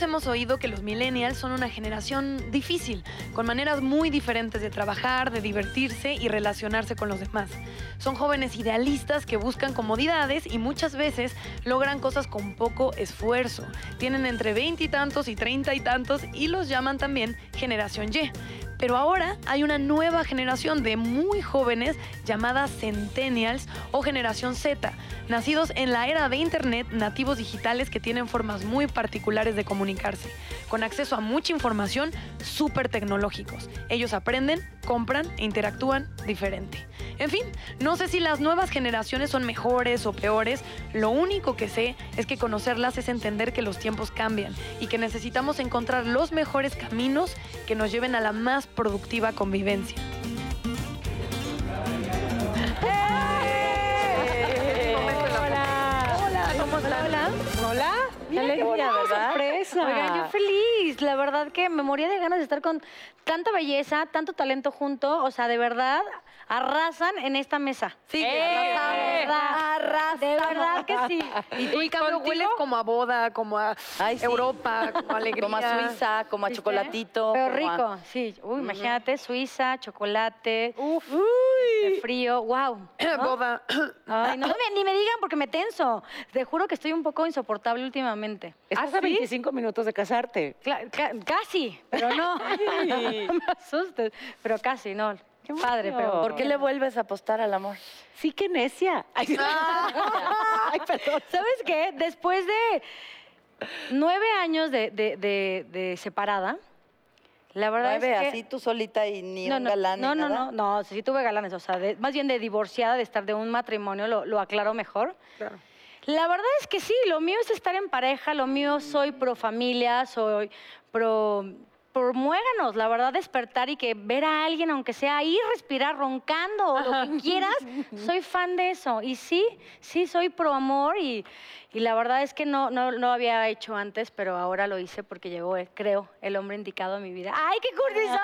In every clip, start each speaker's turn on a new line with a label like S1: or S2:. S1: hemos oído que los millennials son una generación difícil, con maneras muy diferentes de trabajar, de divertirse y relacionarse con los demás. Son jóvenes idealistas que buscan comodidades y muchas veces logran cosas con poco esfuerzo. Tienen entre 20 y tantos y 30 y tantos y los llaman también generación Y. Pero ahora hay una nueva generación de muy jóvenes llamada Centennials o Generación Z, nacidos en la era de Internet, nativos digitales que tienen formas muy particulares de comunicarse, con acceso a mucha información, súper tecnológicos. Ellos aprenden, compran e interactúan diferente. En fin, no sé si las nuevas generaciones son mejores o peores, lo único que sé es que conocerlas es entender que los tiempos cambian y que necesitamos encontrar los mejores caminos que nos lleven a la más productiva convivencia.
S2: ¡Eh! Hola.
S1: Hola, ¿cómo están? Hola.
S2: Hola.
S3: Qué
S2: Alegría,
S3: bonita
S2: ¿verdad?
S3: sorpresa.
S2: Oigan, yo feliz. La verdad que me moría de ganas de estar con tanta belleza, tanto talento junto. O sea, de verdad, arrasan en esta mesa.
S1: Sí,
S2: Arrasan,
S3: Arrasamos.
S2: De verdad que sí.
S1: Y tú, en cambio, hueles como a boda, como a
S3: Ay, sí.
S1: Europa, como a alegría.
S3: Como a Suiza, como a
S2: ¿Viste?
S3: chocolatito.
S2: Pero
S3: como a-
S2: rico, sí. Uy, imagínate, Suiza, chocolate,
S1: Uf.
S2: de frío, wow.
S1: boda.
S2: Ay, no me- ni me digan porque me tenso. Te juro que estoy un poco insoportable últimamente. ¿Ah,
S4: Estás a 25 minutos de casarte.
S2: Cla- ca- casi, pero no. no me asustes. Pero casi, no.
S4: Qué
S2: Padre,
S4: bonito.
S2: pero
S3: ¿Por qué le vuelves a apostar al amor?
S4: Sí, que necia. Ay, sí. Ay, perdón.
S2: ¿Sabes qué? Después de nueve años de, de- de- de separada, la verdad
S3: Nueve,
S2: es que...
S3: así tú solita y ni
S2: no,
S3: un
S2: no,
S3: galán
S2: no,
S3: ni
S2: no,
S3: nada.
S2: no, no, sí tuve galanes, o sea, de- más bien de divorciada, de estar de un matrimonio, lo, lo aclaro mejor.
S1: Claro.
S2: La verdad es que sí, lo mío es estar en pareja, lo mío soy pro familia, soy pro promuéganos, la verdad, despertar y que ver a alguien, aunque sea ahí, respirar roncando o lo que quieras, soy fan de eso. Y sí, sí, soy pro amor y, y la verdad es que no, no, no había hecho antes, pero ahora lo hice porque llegó, eh, creo, el hombre indicado a mi vida. ¡Ay, qué cursi soy!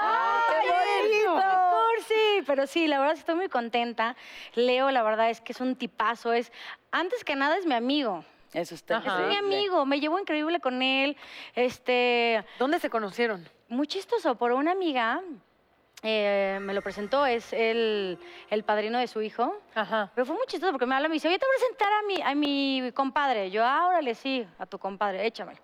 S2: ¡Qué cursi! Pero sí, la verdad estoy muy contenta. Leo, la verdad es que es un tipazo, es... Antes que nada es mi amigo.
S3: Eso está
S1: Ajá.
S2: Es mi
S3: increíble.
S2: amigo, me llevo increíble con él. Este,
S1: ¿Dónde se conocieron?
S2: muy chistoso, por una amiga eh, me lo presentó, es el, el padrino de su hijo.
S1: Ajá.
S2: Pero fue muy chistoso porque me habla y me dice, oye, te voy a presentar a mi, a mi compadre. Yo, ah, órale, sí, a tu compadre, échamelo.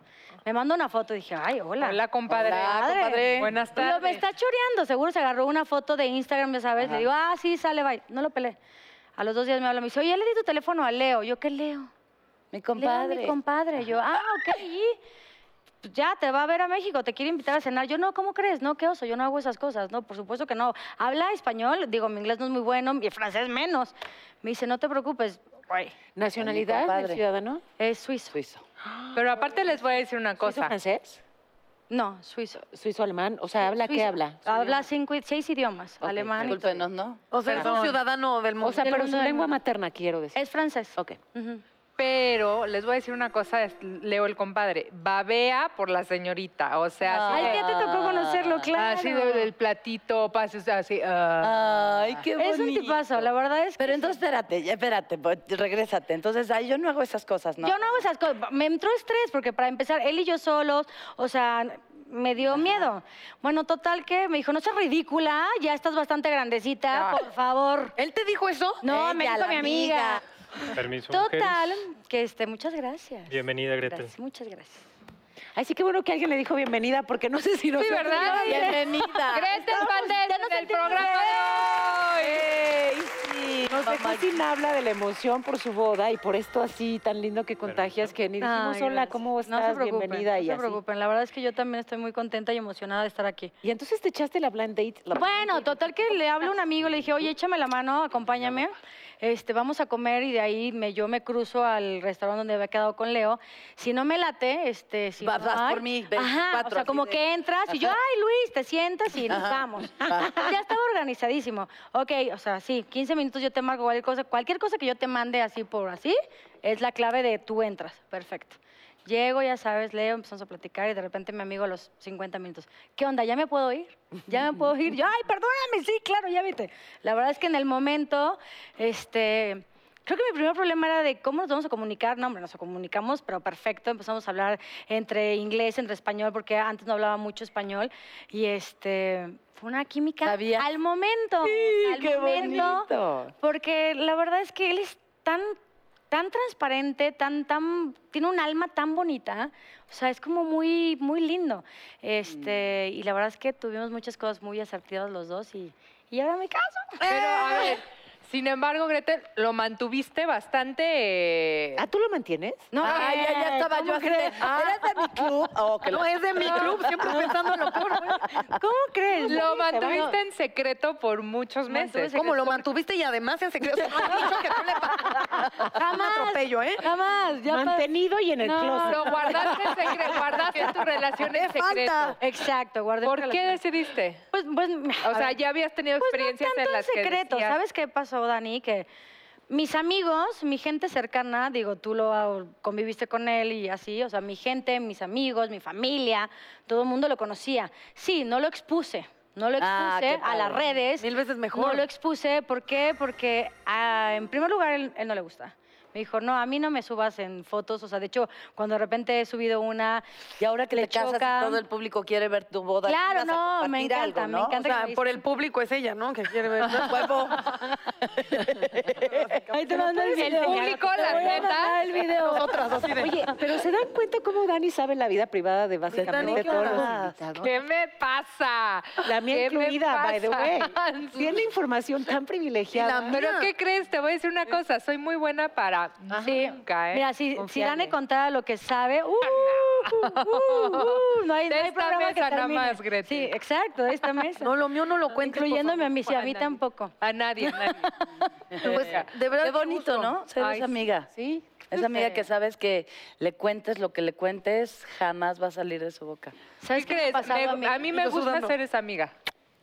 S2: Me mandó una foto y dije, ay, hola.
S5: Hola, compadre.
S3: Hola,
S2: Padre.
S3: compadre.
S5: Buenas tardes.
S2: Lo me está choreando, seguro se agarró una foto de Instagram, ya sabes. Le digo, ah, sí, sale, bye. No lo peleé. A los dos días me habla, me dice, oye, le di tu teléfono a Leo. Yo, ¿qué Leo?
S3: Mi
S2: Leo,
S3: compadre.
S2: mi compadre. Yo, ah, ok, y pues ya te va a ver a México, te quiere invitar a cenar. Yo, no, ¿cómo crees? No, qué oso, yo no hago esas cosas. No, por supuesto que no. Habla español, digo, mi inglés no es muy bueno, mi francés menos. Me dice, no te preocupes, güey,
S3: Mi
S4: Nacionalidad
S3: compadre.
S4: del ciudadano.
S2: es suizo.
S3: Suizo.
S5: Pero aparte les voy a decir una
S4: ¿Suizo
S5: cosa.
S4: francés?
S2: No, suizo.
S4: ¿Suizo alemán? O sea, ¿habla qué
S2: Suizo. Ah,
S4: habla?
S2: Habla cinco, i- seis idiomas,
S4: Ok,
S2: alemán. y todo.
S3: Discúlpenos, ¿no?
S1: O sea, es un
S5: Perdón.
S1: ciudadano del mundo.
S4: O sea,
S2: Del
S4: pero
S2: mundo
S4: su
S2: del
S4: lengua
S2: mundo.
S4: materna, quiero decir.
S2: Es francés.
S4: Ok.
S2: Ujú.
S5: Pero les voy a decir una cosa, es- Leo el compadre. Babea por la señorita. O sea, así,
S2: Ay,
S5: de-
S2: ya te tocó
S4: Ah,
S2: conocerlo, claro.
S5: así de- del platito, pases así. ah.
S3: Ay, qué bonito.
S2: Es un tipazo, la verdad es que
S3: Pero entonces, espérate, ya, espérate, po- regrésate. Entonces, ay, yo no hago esas cosas, ¿no?
S2: Yo no hago esas cosas. Me entró estrés porque para empezar, él y yo solos, o sea, me dio miedo. Bueno, total que me dijo, no seas ridícula, ya estás bastante grandecita, por favor.
S1: ¿Él te dijo eso?
S2: No, me
S3: Ella,
S2: dijo
S3: la
S2: mi amiga.
S6: Permiso.
S2: Total,
S6: mujeres.
S2: que este, muchas gracias.
S6: Bienvenida, Gretel.
S2: Gracias, muchas gracias.
S4: Ay, sí, qué bueno que alguien le dijo bienvenida, porque no sé si no
S5: Sí, ¿verdad?
S3: Bienvenida.
S5: Gretel
S2: ya
S5: Valdés
S2: nos
S5: en el
S2: sentimos
S5: programa de hoy.
S4: Nos dejó sin habla de la emoción por su boda y por esto así tan lindo que contagias que ni dijimos
S2: Ay,
S4: hola,
S2: gracias.
S4: ¿cómo
S2: No se
S4: estás?
S2: preocupen,
S4: Bienvenida y
S2: No se
S4: así.
S2: preocupen, la verdad es que yo también estoy muy contenta y emocionada de estar aquí.
S4: Y entonces te echaste la blind date. la-
S2: Bueno, total que le hablo a un amigo, le dije, oye, échame la mano, acompáñame, este, vamos a comer y de ahí me, yo me cruzo al restaurante donde había quedado con Leo. Si no me late, este, si
S3: Va-
S2: no
S3: vas
S2: hay-
S3: por mí,
S2: Ajá,
S3: 24,
S2: o sea,
S3: así
S2: como
S3: de-
S2: que entras y yo,
S3: Ajá.
S2: ay, Luis, te sientas y nos
S3: Ajá.
S2: vamos.
S3: Va.
S2: ya estaba organizadísimo. Ok, o sea, sí, 15 minutos yo te marco cualquier cosa, cualquier cosa que yo te mande así por así, es la clave de tú entras, perfecto. Llego, ya sabes, leo, empezamos a platicar y de repente mi amigo a los 50 minutos, ¿qué onda? ¿Ya me puedo ir? ¿Ya me puedo ir? Yo, ay, perdóname, sí, claro, ya viste. La verdad es que en el momento, este, Creo que mi primer problema era de cómo nos vamos a comunicar. No, hombre, nos comunicamos, pero perfecto. Empezamos a hablar entre inglés, entre español, porque antes no hablaba mucho español. Y este, fue una química
S3: ¿Sabías?
S2: al momento. al
S3: qué
S2: momento.
S3: bonito.
S2: Porque la verdad es que él es tan, tan transparente, tan, tan, tiene un alma tan bonita. O sea, es como muy, muy lindo. Este, Y la verdad es que tuvimos muchas cosas muy asertivas los dos y, y ahora me caso.
S5: Pero a ver, sin embargo, Gretel, lo mantuviste bastante. eh,
S4: ¿Ah, tú lo mantienes?
S3: No, Ay, Ah, ya,
S2: eh,
S3: ya estaba yo así. de,
S2: Ah.
S3: ¿Eres de mi club? Oh, que
S1: No, es de mi club, siempre pensando en lo peor. güey.
S2: ¿Cómo crees?
S5: lo mantuviste en secreto por muchos
S2: Mantuve
S5: meses.
S2: secreto.
S1: ¿Cómo lo mantuviste y además en secreto? No has dicho que tú le pa- Un
S2: Jamás.
S1: atropello, ¿eh?
S2: Jamás. Ya pa-
S4: Mantenido y en el
S2: No,
S4: closet.
S5: Lo guardaste, en secre- guardaste tu relación en
S1: Te falta.
S5: secreto.
S2: Exacto, guardé mi
S5: ¿Por qué
S2: relación.
S5: decidiste?
S2: Pues, pues,
S5: O sea, ya habías tenido
S2: Pues no
S5: experiencias
S2: tanto
S5: en las
S2: en secreto.
S5: que decías,
S2: ¿Sabes qué pasó, Dani? Que mis amigos, mi gente cercana, digo, tú lo conviviste con él y así, o sea, mi gente, mis amigos, mi familia, todo el mundo lo conocía. Sí, no lo expuse. No lo expuse
S3: Ah, qué
S2: a las
S3: padre.
S2: redes.
S1: Mil veces mejor.
S2: No lo expuse. ¿Por qué? Porque, ah, en primer lugar, él, él no le gusta. Me dijo, no, a mí no me subas en fotos. O sea, de hecho, cuando de repente he subido una...
S3: Y ahora que
S2: Le
S3: te casas y
S2: choca.
S3: todo el público quiere ver tu boda.
S2: Claro,
S3: ¿sí vas a
S2: no, me
S3: compartir
S2: encanta,
S3: algo,
S2: me
S3: no?
S1: O
S2: encanta.
S1: sea, por el público es ella, ¿no? Que quiere ver.
S3: Huevo.
S4: Ahí te mando el video.
S5: público,
S4: Te
S5: las
S4: voy a
S5: netas.
S4: mandar el video.
S1: Nosotras, así de-
S4: Oye, pero ¿se dan cuenta cómo Dani sabe la vida privada de
S1: Dani,
S4: básicamente
S1: ¿qué
S4: todos los
S1: horas?
S4: invitados?
S5: ¿Qué me pasa?
S4: La mía
S5: ¿Qué me
S4: incluida, by the
S5: pasa?
S4: way.
S5: Sí.
S4: Tiene información tan privilegiada.
S1: Y la-
S5: Pero
S1: Mira.
S5: ¿qué crees? Te voy a decir una cosa, soy muy buena para nunca, ¿eh?
S2: Mira, si, si
S5: Confiarme.
S2: Dani contara lo que sabe, uh, uh, uh, uh, no hay,
S5: De
S2: no hay
S5: esta
S2: programa que
S5: mesa nada
S2: termine.
S5: más, Gretel.
S2: Sí, exacto, de esta mesa.
S1: No, lo mío no lo cuentes. por
S2: Incluyéndome a mí, sí, a
S5: A
S2: mí
S5: nadie.
S2: tampoco.
S5: A nadie, a nadie.
S1: favor. Pues, de verdad.
S3: Qué bonito,
S1: gusto.
S3: ¿no? Ser
S5: Ay,
S3: esa amiga.
S4: Sí.
S3: Esa amiga que sabes que le cuentes lo que le cuentes, jamás va a salir de su boca.
S5: ¿Qué
S2: ¿Sabes qué, me ha
S5: crees?
S2: pasado
S5: Me-
S2: a mí?
S5: a mí
S1: Y
S5: me
S1: yo
S5: gusta
S1: sudando.
S5: ser esa amiga.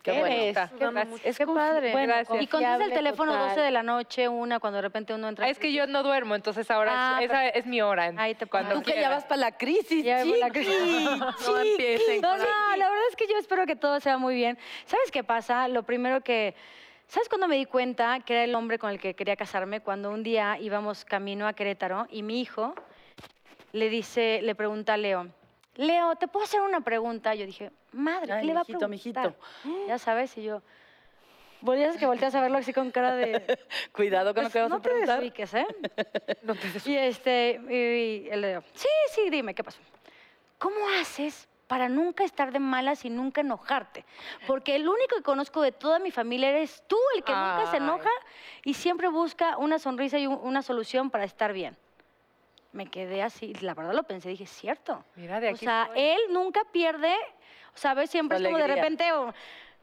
S3: Qué bueno.
S4: Eres.
S5: Está.
S1: Sudando
S5: Gracias.
S1: mucho.
S4: Es que padre.
S5: Bueno,
S2: Y contestas el
S4: Confiable
S2: teléfono
S4: total.
S2: 12 de la noche, una, cuando de repente uno entra.
S5: Es que yo no duermo, entonces ahora
S2: Ah,
S5: es- esa es mi hora. en-
S2: Ahí te
S5: cuando
S2: pongo.
S3: Tú que ya
S5: quiera.
S3: vas para la crisis,
S2: Ya voy
S3: chiqui.
S2: para la crisis.
S1: No empiecen
S2: No,
S1: con la-
S2: no, la verdad es que yo espero que todo sea muy bien. ¿Sabes qué pasa? Lo primero que... ¿Sabes cuando me di cuenta que era el hombre con el que quería casarme? Cuando un día íbamos camino a Querétaro y mi hijo le dice, le pregunta a Leo, Leo, ¿te puedo hacer una pregunta? Yo dije, madre, ¿qué
S3: Ay,
S2: le va a
S3: mijito,
S2: preguntar? Ya sabes, y yo... Volvías que volteas a verlo así con cara de...
S3: Cuidado con lo
S2: "Pues
S3: que vas
S2: no
S3: a
S2: te
S3: preguntar.
S2: desubiques, ¿eh? Y este, y, y él le dijo, sí, sí, dime, ¿qué pasó? ¿Cómo haces para nunca estar de malas y nunca enojarte? Porque el único que conozco de toda mi familia eres tú, el que nunca se
S5: Ay.
S2: enoja y siempre busca una sonrisa y un- una solución para estar bien. Me quedé así, la verdad lo pensé, dije, cierto.
S5: Mira, de
S2: O
S5: aquí.
S2: sea, él nunca pierde, o sea, ves, siempre
S3: Su
S2: es como de
S3: alegría.
S2: repente, o-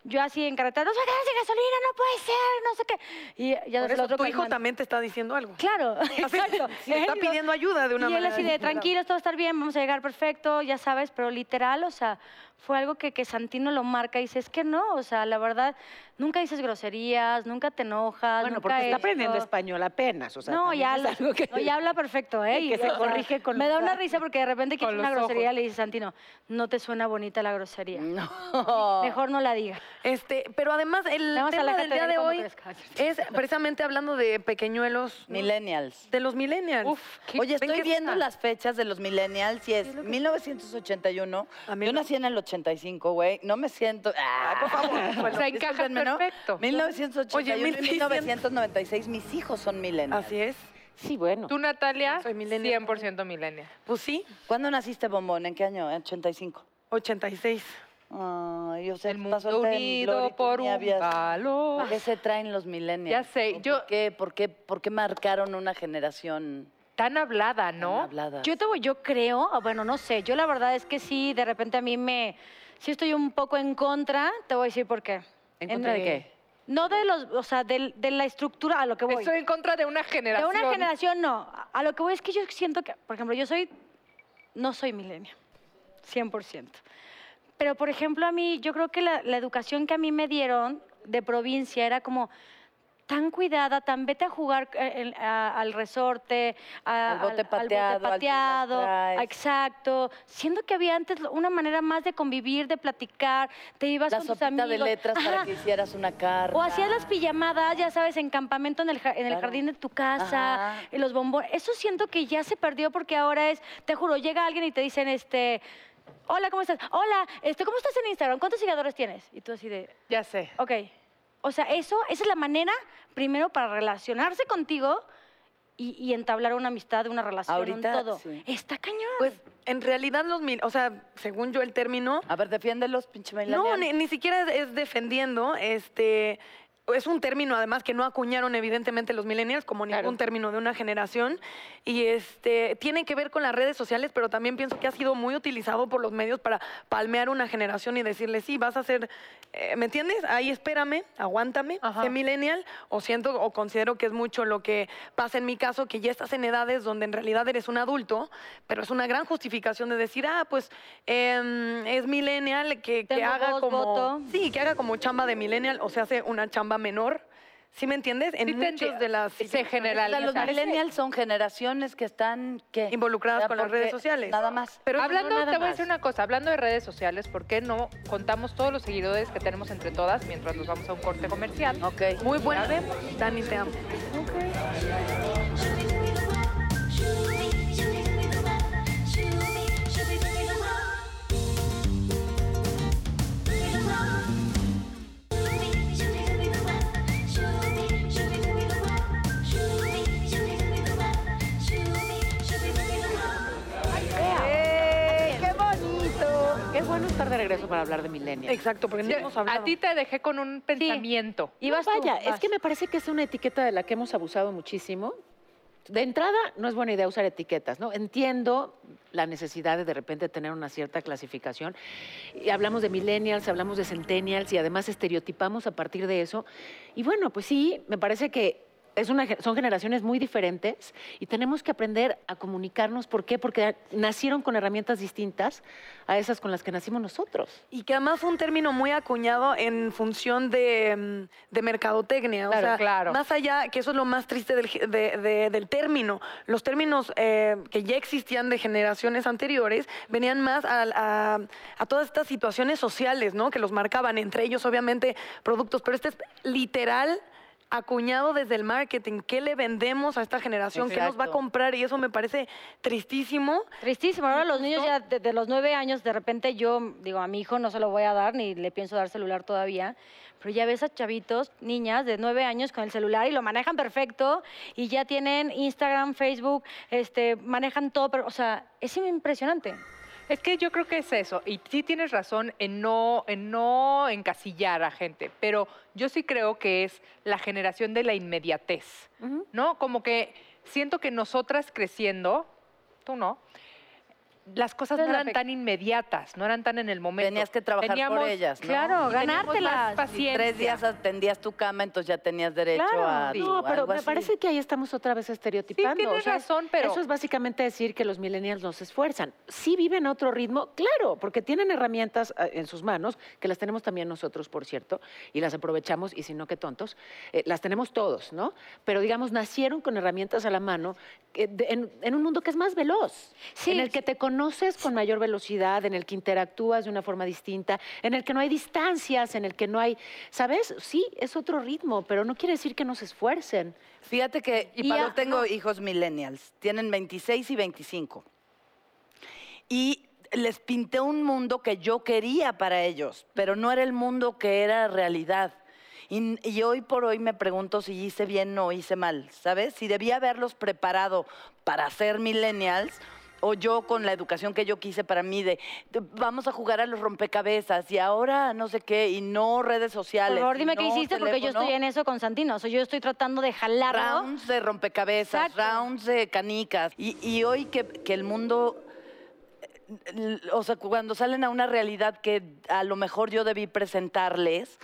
S2: yo así en carretera, no se quedas sin gasolina, no puede ser, no sé qué. Y ya
S1: Por
S2: ves el
S1: eso
S2: otro
S1: tu hijo
S2: calmante.
S1: también te está diciendo algo.
S2: Claro,
S1: Así,
S2: exacto.
S1: sí, está
S2: Él lo-
S1: pidiendo ayuda de una
S2: y él
S1: manera
S2: así de
S1: desesperada.
S2: tranquilos, todo va a estar bien, vamos a llegar perfecto, ya sabes, pero literal, o sea, fue algo que, que Santino lo marca y dice, es que no, o sea, la verdad, nunca dices groserías, nunca te enojas,
S4: Bueno,
S2: nunca
S4: porque está
S2: esto".
S4: aprendiendo español apenas. O sea,
S2: no,
S4: también
S2: ya,
S4: es
S2: lo-
S4: algo que-
S2: no, ya habla perfecto, ¿eh?
S4: que
S2: Y,
S4: se
S2: o sea,
S4: corrige con
S2: Me
S4: los
S2: da una
S4: ojos.
S2: risa porque de repente
S5: Con
S2: quieres una
S5: los
S2: grosería,
S5: ojos.
S2: le dice Santino, no te suena bonita la grosería.
S3: No.
S2: Mejor no la digas.
S1: Este, pero además el
S2: Nada más
S1: tema
S2: aléjate
S1: del
S2: de
S1: día
S2: él
S1: de
S2: cuando
S1: hoy
S2: crezca.
S1: es precisamente hablando de pequeñuelos ¿no?
S3: Millennials.
S1: de los millennials.
S5: Uf, qué-
S3: Oye,
S1: ¿ven
S3: estoy
S1: qué
S3: viendo
S1: está?
S3: las fechas de los millennials y es 1981.
S1: A mí
S3: Yo
S1: no.
S3: nací en el 85, güey. No me siento... Ah, por favor.
S5: O sea, encajas perfecto.
S3: 1981
S1: Oye,
S3: y 1996. Mis hijos son millennials.
S1: Así es.
S4: Sí, bueno.
S5: Tú, Natalia,
S1: Soy millennial.
S5: 100% milenia.
S1: Pues sí,
S3: ¿Cuándo naciste, Bombón? ¿En qué año? ¿En 85?
S1: 86.
S3: Ay, yo sé,
S5: El
S3: pasó
S5: mundo
S3: ahorita en Glory,
S5: unido
S3: tú
S5: por
S3: ni
S5: un
S3: habías- Ah.
S5: valor.
S3: ¿Por qué se traen los millennials?
S5: Ya sé,
S3: ¿O
S5: yo-
S3: ¿Por qué, por, qué, por qué marcaron una generación
S5: Tan hablada,
S3: tan
S5: ¿no?
S3: hablada?
S2: Yo te voy, yo creo, ah, bueno, no sé, yo la verdad es que sí, de repente a mí me, sí estoy un poco en contra, te voy a decir por qué.
S3: ¿En contra de qué?
S2: No de los, o sea, del- de, la estructura a lo que voy.
S5: Estoy en contra de una
S2: de
S5: generación.
S2: una generación no, a- a lo que voy es que yo siento que, por ejemplo, yo soy, no soy milenia, 100%. Pero, por ejemplo, a mí, yo creo que la, la educación que a mí me dieron de provincia era como, tan cuidada, tan vete a jugar eh, el- a- al resorte, a-
S3: Al bote
S2: bote
S3: pateado, al
S2: pateado,
S3: chingastrais.
S2: exacto. Siendo que había antes una manera más de convivir, de platicar, te ibas
S3: La
S2: con tus
S3: sopita
S2: amigos.
S3: de letras para
S2: Ajá,
S3: que hicieras una carta.
S2: o hacías las pijamadas, ya sabes, en campamento, en el, ja- en el
S3: Claro.
S2: jardín de tu casa,
S3: Ajá.
S2: y los bombones. Eso siento que ya se perdió porque ahora es, te juro, llega alguien y te dicen, este, hola, ¿cómo estás? Hola, este, ¿cómo estás en Instagram? ¿Cuántos seguidores tienes? Y tú así de,
S5: Ya sé.
S2: ok. O sea, eso, esa es la manera, primero, para relacionarse contigo y, y entablar una amistad, una relación,
S3: Ahorita,
S2: un todo.
S3: sí.
S2: Está cañón.
S1: Pues en realidad los mil, o sea, según yo el término,
S3: A ver, defiéndelos, pinche
S1: no,
S3: millennial.
S1: ni, ni siquiera es, es defendiendo, este, es un término además que no acuñaron evidentemente los millennials como
S5: Claro.
S1: ningún término de una generación y este tiene que ver con las redes sociales, pero también pienso que ha sido muy utilizado por los medios para palmear una generación y decirle sí vas a ser, eh, ¿me entiendes? Ahí espérame, aguántame,
S5: Ajá.
S1: sé millennial o siento o considero que es mucho lo que pasa en mi caso que ya estás en edades donde en realidad eres un adulto, pero es una gran justificación de decir ah pues em, es millennial que que
S2: Tengo
S1: haga
S2: voz,
S1: como
S2: voto.
S1: sí, que haga como chamba de millennial o se hace una chamba menor. ¿Sí me entiendes? En
S5: Sí te
S1: muchas
S5: enti-
S1: de las
S5: Se
S3: O sea, los
S5: generaliza.
S3: millennials son generaciones que están ¿qué?
S1: involucradas
S3: Ya,
S1: con las
S3: Ah, porque
S1: redes sociales.
S3: Nada más.
S1: Pero eso no
S5: hablando,
S1: nada
S5: te voy a
S1: más.
S5: decir una cosa, hablando de redes sociales, ¿por qué no contamos todos los seguidores que tenemos entre todas mientras nos vamos a un corte comercial?
S3: Ok.
S1: Muy buena. Dani, te amo.
S4: ¡Qué bonito! Qué bueno estar de regreso para hablar de millennials.
S1: Exacto, porque no hemos hablado.
S5: A ti te dejé con un pensamiento.
S2: Y
S4: No,
S2: vas tú,
S4: vaya, es
S2: vas.
S4: que me parece que es una etiqueta de la que hemos abusado muchísimo. De entrada, no es buena idea usar etiquetas, ¿no? Entiendo la necesidad de de repente tener una cierta clasificación. Y hablamos de millennials, hablamos de centennials y además estereotipamos a partir de eso. Y bueno, pues sí, me parece que es una, ge- son generaciones muy diferentes y tenemos que aprender a comunicarnos. ¿Por qué? Porque nacieron con herramientas distintas a esas con las que nacimos nosotros.
S1: Y que además fue un término muy acuñado en función de, mm, de mercadotecnia. o
S5: Claro,
S1: sea,
S5: claro.
S1: más allá, que eso es lo más triste del, ge- de- de- del término. Los términos eh, que ya existían de generaciones anteriores venían más al- a, a todas estas situaciones sociales, ¿no? Que los marcaban, entre ellos, obviamente, productos. Pero este es literal acuñado desde el marketing, ¿qué le vendemos a esta generación? ¿Qué nos va a
S3: Exacto.
S1: comprar? Y eso me parece tristísimo.
S2: Tristísimo. Ahora los niños ya desde los nueve años, de repente yo digo, a mi hijo no se lo voy a dar ni le pienso dar celular todavía. Pero ya ves a chavitos, niñas de nueve años con el celular y lo manejan perfecto y ya tienen Instagram, Facebook, este, manejan todo. Pero, o sea, es impresionante.
S5: Es que yo creo que es eso. Y sí tienes razón en no, en no encasillar a gente, pero yo sí creo que es la generación de la inmediatez, ¿no? Como que siento que nosotras creciendo, tú no, las cosas
S2: Esa es
S5: no
S2: la
S5: eran
S2: fe-
S5: tan inmediatas, no eran tan en el momento.
S3: Tenías que trabajar por ellas, ¿no?
S2: Claro,
S5: teníamos más
S2: ganártelas.
S5: paciencia.
S3: Tres días atendías tu cama, entonces ya tenías derecho
S2: Claro.
S3: a.
S5: Sí.
S3: tu-
S4: No, pero
S3: algo
S4: me
S3: así.
S4: parece que ahí estamos otra vez
S5: Sí,
S4: estereotipando.
S5: tienes
S4: o sea,
S5: razón, pero...
S4: Eso es básicamente decir que los millennials no se esfuerzan. Sí viven a otro ritmo, claro, porque tienen herramientas eh, en sus manos, que las tenemos también nosotros, por cierto, y las aprovechamos, y si no, qué tontos. Eh, las tenemos todos, ¿no? Pero digamos, nacieron con herramientas a la mano eh, de- en, en un mundo que es más veloz,
S2: Sí.
S4: en el que te conoces con mayor velocidad, en el que interactúas de una forma distinta, en el que no hay distancias, en el que no hay, ¿sabes? Sí, es otro ritmo, pero no quiere decir que no se esfuercen.
S3: Fíjate que
S2: Y
S3: yo
S2: a-
S3: tengo hijos millennials, tienen 26 y 25. Y les pinté un mundo que yo quería para ellos, pero no era el mundo que era realidad. Y, y hoy por hoy me pregunto si hice bien o hice mal, ¿sabes? Si debía haberlos preparado para ser millennials o yo con la educación que yo quise para mí de de, vamos a jugar a los rompecabezas y ahora no sé qué y no redes
S2: Por
S3: sociales.
S2: favor,
S3: y
S2: dime qué
S3: no
S2: hiciste porque yo
S3: teléfono.
S2: estoy en eso con Santino. O sea, yo estoy tratando de jalarlo.
S3: Rounds de rompecabezas,
S2: Exacto.
S3: rounds de canicas. Y, y hoy que, que el mundo, eh, l- o sea, cuando salen a una realidad que a lo mejor yo debí presentarles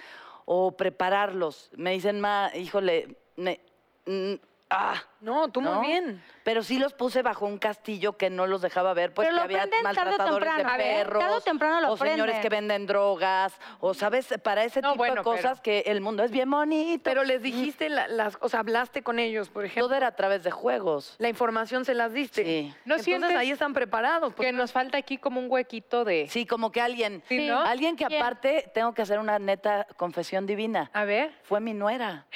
S3: o prepararlos, me dicen, ma, híjole, me- mm, Ah,
S1: No, tú
S3: ¿No?
S1: muy bien.
S3: pero sí los puse bajo un castillo que no los dejaba ver, pues
S2: Pero
S3: que
S2: lo
S3: había
S2: aprenden tarde o
S3: maltratadores de
S2: temprano.
S5: A ver,
S3: perros,
S2: tarde o temprano lo
S3: o señores
S2: aprenden.
S3: que venden drogas, o sabes, para ese
S5: No,
S3: tipo de
S5: bueno,
S3: cosas que el mundo es bien bonito.
S1: Pero les dijiste la- las, o sea, hablaste con ellos, por ejemplo.
S3: todo era a través de juegos.
S1: La información se las diste.
S3: Sí.
S5: ¿No
S1: Entonces
S5: sientes
S1: ahí están preparados.
S5: que nos falta aquí como un huequito de...
S3: Sí, como que alguien,
S5: Sí, ¿no?
S3: alguien que
S2: ¿Quién?
S3: aparte tengo que hacer una neta confesión divina.
S5: A ver.
S3: Fue mi nuera.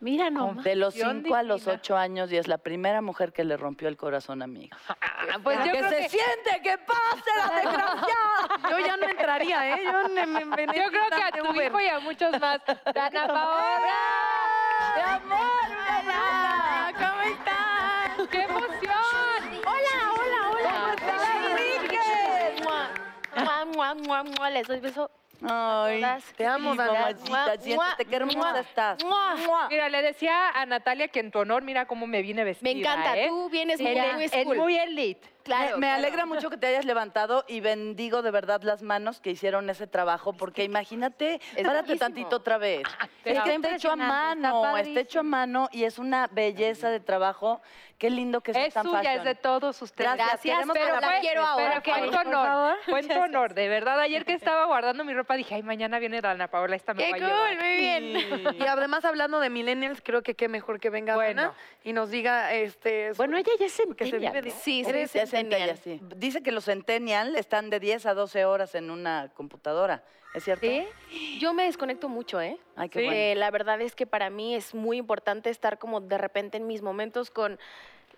S4: Mira, no.
S5: Con-
S4: ma-
S3: De los
S5: Confesión
S3: 5 a los
S5: divina.
S3: 8 años y es la primera mujer que le rompió el corazón a mi hija.
S5: Ah, pues yo
S3: que
S5: creo
S3: se
S5: que-
S3: siente, que pase la desgraciada.
S1: Yo ya no entraría, ¿eh? Yo, ne- me, me-
S5: Yo creo que a tu hijo y a muchos más. Dana Paola.
S3: ¡Mi amor, Vera!
S5: ¿Cómo estás? ¡Qué emoción!
S6: Hola, hola, hola.
S3: Enríquez.
S6: Mua, mua, mua, mua. Les doy beso.
S3: Ay,
S6: Todas.
S1: te amo,
S3: sí,
S1: Dana.
S3: mamacita, siéntate qué hermosa estás.
S6: Mua.
S5: Mira, le decía a Natalia que en tu honor, mira cómo me viene
S6: Me
S5: vestida.
S6: encanta,
S5: ¿eh?
S6: tú vienes muy,
S5: Era-
S6: muy
S5: es
S6: cool.
S5: muy elite.
S6: claro.
S3: me me
S6: claro.
S3: alegra mucho que te hayas levantado y bendigo de verdad las manos que hicieron ese trabajo, porque imagínate,
S6: Es
S3: párate
S6: buenísimo.
S3: tantito otra vez.
S5: Pero
S2: está
S3: está hecho a
S2: impresionante, está
S3: mano, está hecho
S2: padrísimo.
S3: a mano y es una belleza de trabajo. Qué lindo que sea
S5: Es
S3: tan
S5: suya,
S3: fashion.
S5: es de todos ustedes.
S3: Gracias,
S6: Gracias,
S3: queremos
S6: pero
S3: que
S6: la
S3: fue-
S6: quiero ahora.
S5: Pero
S6: por
S5: cuento
S6: favor.
S5: honor, cuento honor. De verdad, ayer que estaba guardando mi ropa, dije, ay, mañana viene Dana Paola, esta me
S6: Qué
S5: va a
S6: cool,
S5: llevar.
S6: muy bien.
S1: Y además, hablando de millennials, creo que qué mejor que venga
S5: Bueno.
S1: Dana y nos diga, este...
S4: Bueno, ella ya se
S1: que se
S4: entera.
S1: vive
S4: ¿no?
S1: de-
S6: Sí,
S3: Eres
S6: soy
S3: centennial.
S6: centennial.
S3: Dice que los centennial están de 10 a 12 horas en una computadora. ¿Es cierto?
S6: ¿Sí? Yo me desconecto mucho, ¿eh?
S3: Ay, qué
S6: Sí.
S3: bueno.
S6: Eh, la verdad es que para mí es muy importante estar como de repente en mis momentos con,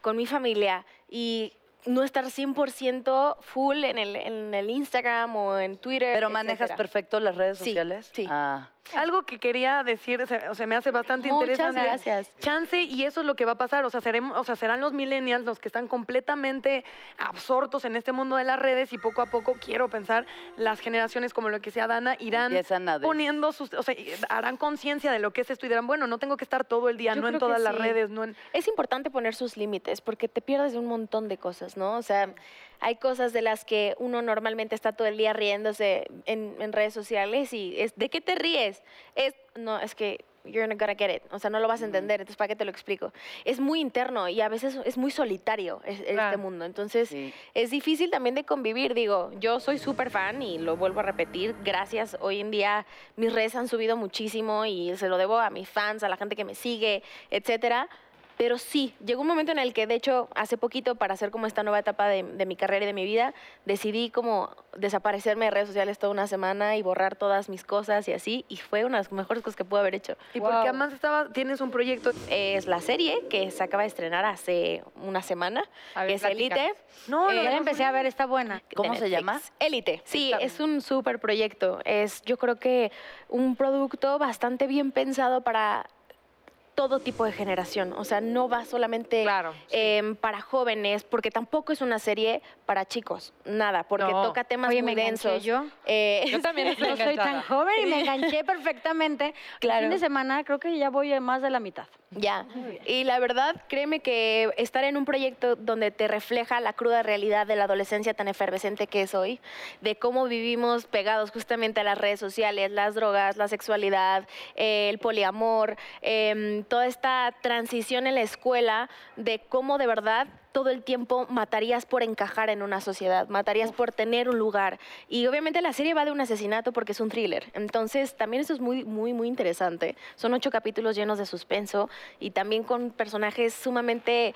S6: con mi familia y no estar 100% full en el, en el Instagram o en Twitter.
S3: ¿Pero manejas
S6: etcétera.
S3: perfecto las redes
S6: Sí,
S3: sociales?
S6: sí.
S3: Ah.
S1: Algo que quería decir, se, o sea, me hace bastante
S6: Muchas
S1: interesante.
S6: gracias.
S1: Chance, y eso es lo que va a pasar. O sea, seremos, o sea, serán los millennials los que están completamente absortos en este mundo de las redes y poco a poco, quiero pensar, las generaciones como lo que sea Dana irán
S3: Empiezan a des-
S1: poniendo sus. O sea, y harán conciencia de lo que es esto y dirán, bueno, no tengo que estar todo el día,
S6: Yo
S1: no en
S6: creo que
S1: todas las
S6: sí.
S1: redes, no en.
S6: Es importante poner sus límites porque te pierdes de un montón de cosas, ¿no? O sea, hay cosas de las que uno normalmente está todo el día riéndose en, en redes sociales y es, ¿de qué te ríes? Es, no, es que you're not gonna get it. O sea, no lo vas a entender, entonces ¿para qué te lo explico? Es muy interno y a veces es muy solitario es- este
S5: Claro.
S6: mundo. Entonces,
S3: Sí.
S6: es difícil también de convivir. Digo, yo soy súper fan y lo vuelvo a repetir. Gracias. Hoy en día mis redes han subido muchísimo y se lo debo a mis fans, a la gente que me sigue, etcétera. Pero sí, llegó un momento en el que, de hecho, hace poquito, para hacer como esta nueva etapa de, de mi carrera y de mi vida, decidí como desaparecerme de redes sociales toda una semana y borrar todas mis cosas y así. Y fue una de las mejores cosas que pude haber hecho.
S1: Y porque además estaba, tienes un proyecto.
S6: Es la serie que se acaba de estrenar hace una semana,
S5: A ver,
S6: que es
S5: platícanos.
S6: Elite.
S1: No, lo
S6: Eh,
S2: Ya
S1: de
S2: la
S1: los
S2: empecé a ver, está buena.
S3: ¿Cómo
S6: de
S3: se
S6: Netflix.
S3: llama?
S6: Élite. Sí,
S5: Está
S6: es un súper proyecto. Es, yo creo que un producto bastante bien pensado para todo tipo de generación. O sea, no va solamente
S5: Claro. sí.
S6: em, para jóvenes, porque tampoco es una serie para chicos. Nada, porque
S5: No.
S6: toca temas
S2: Oye, me
S6: muy
S2: enganché
S6: densos.
S2: yo.
S6: Eh,
S5: Yo también estoy
S2: No soy tan
S5: enganchada.
S2: joven y me enganché perfectamente.
S6: Claro.
S2: El fin de semana creo que ya voy a más de la mitad.
S6: Ya. Y la verdad, créeme que estar en un proyecto donde te refleja la cruda realidad de la adolescencia tan efervescente que es hoy, de cómo vivimos pegados justamente a las redes sociales, las drogas, la sexualidad, eh, el poliamor, em, toda esta transición en la escuela, de cómo de verdad todo el tiempo matarías por encajar en una sociedad, matarías por tener un lugar. Y obviamente la serie va de un asesinato porque es un thriller. Entonces, también eso es muy, muy, muy interesante. Son ocho capítulos llenos de suspenso y también con personajes sumamente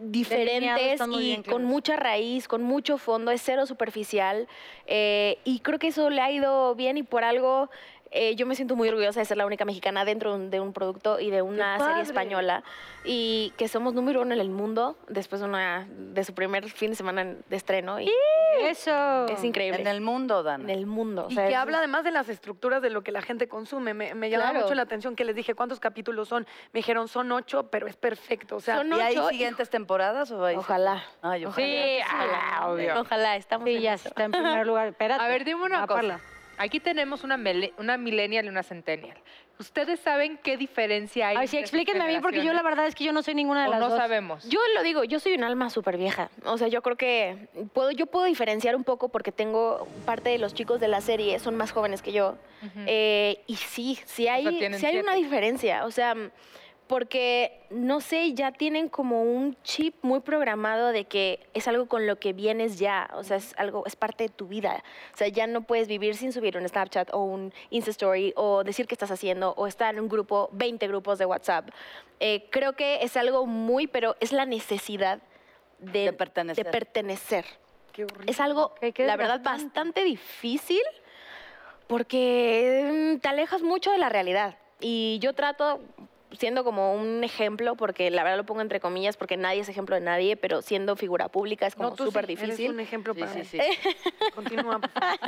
S6: diferentes
S2: están muy
S6: y
S2: bien
S6: con
S2: claros.
S6: mucha raíz, con mucho fondo, es cero superficial. eh, y creo que eso le ha ido bien y por algo... eh, yo me siento muy orgullosa de ser la única mexicana dentro de un- de un producto y de una serie
S1: padre!
S6: española y que somos número uno en el mundo después de, una, de su primer fin de semana de estreno. Y
S2: Eso.
S6: es increíble.
S3: En el mundo, Dana.
S6: En el mundo. o
S1: Y
S6: sea,
S1: que
S6: es-
S1: habla además de las estructuras de lo que la gente consume. Me, me llamaba
S6: Claro.
S1: mucho la atención que les dije cuántos capítulos son. Me dijeron son ocho, pero es perfecto. O sea,
S6: Son
S3: ¿Y hay
S6: ocho,
S3: siguientes temporadas o hay?
S6: Ojalá.
S3: Ay, ojalá.
S5: Sí, ah, obvio.
S6: Ojalá, estamos
S2: Sí,
S6: en
S2: ya
S6: eso.
S2: está en primer lugar. Espérate.
S5: A ver, dime una
S2: va, Ah,
S5: cosa.
S2: Parla.
S5: Aquí tenemos una, mele- una millennial y una centennial. ¿Ustedes saben qué diferencia hay?
S2: Ay, sí,
S5: entre sus
S2: explíquenme a mí porque yo la verdad es que yo no soy ninguna de
S5: generaciones?
S2: las
S5: ¿O no
S2: dos.
S5: sabemos.
S6: Yo lo digo, yo soy un alma súper vieja. O sea, yo creo que puedo, yo puedo diferenciar un poco porque tengo parte de los chicos de la serie, son más jóvenes que yo.
S5: Ujú.
S6: Eh, y sí, sí hay,
S5: tienen
S6: sí hay una
S5: siete.
S6: diferencia. O sea, mm, porque, no sé, ya tienen como un chip muy programado de que es algo con lo que vienes ya, o sea, es algo, es parte de tu vida. O sea, ya no puedes vivir sin subir un Snapchat o un Insta Story o decir qué estás haciendo o estar en un grupo, 20 grupos de WhatsApp. Eh, creo que es algo muy, pero es la necesidad de,
S3: De pertenecer.
S6: de pertenecer.
S1: Qué horrible.
S6: Es algo,
S2: Ok, qué
S6: la verdad, bastante difícil porque mm, te alejas mucho de la realidad. Y yo trato, siendo como un ejemplo, porque la verdad lo pongo entre comillas, porque nadie es ejemplo de nadie, pero siendo figura pública es como
S1: tú
S6: súper
S1: sí, eres
S6: difícil.
S1: un ejemplo
S4: Sí,
S1: para
S4: sí,
S1: mí.
S4: sí.
S1: Continúa. por favor.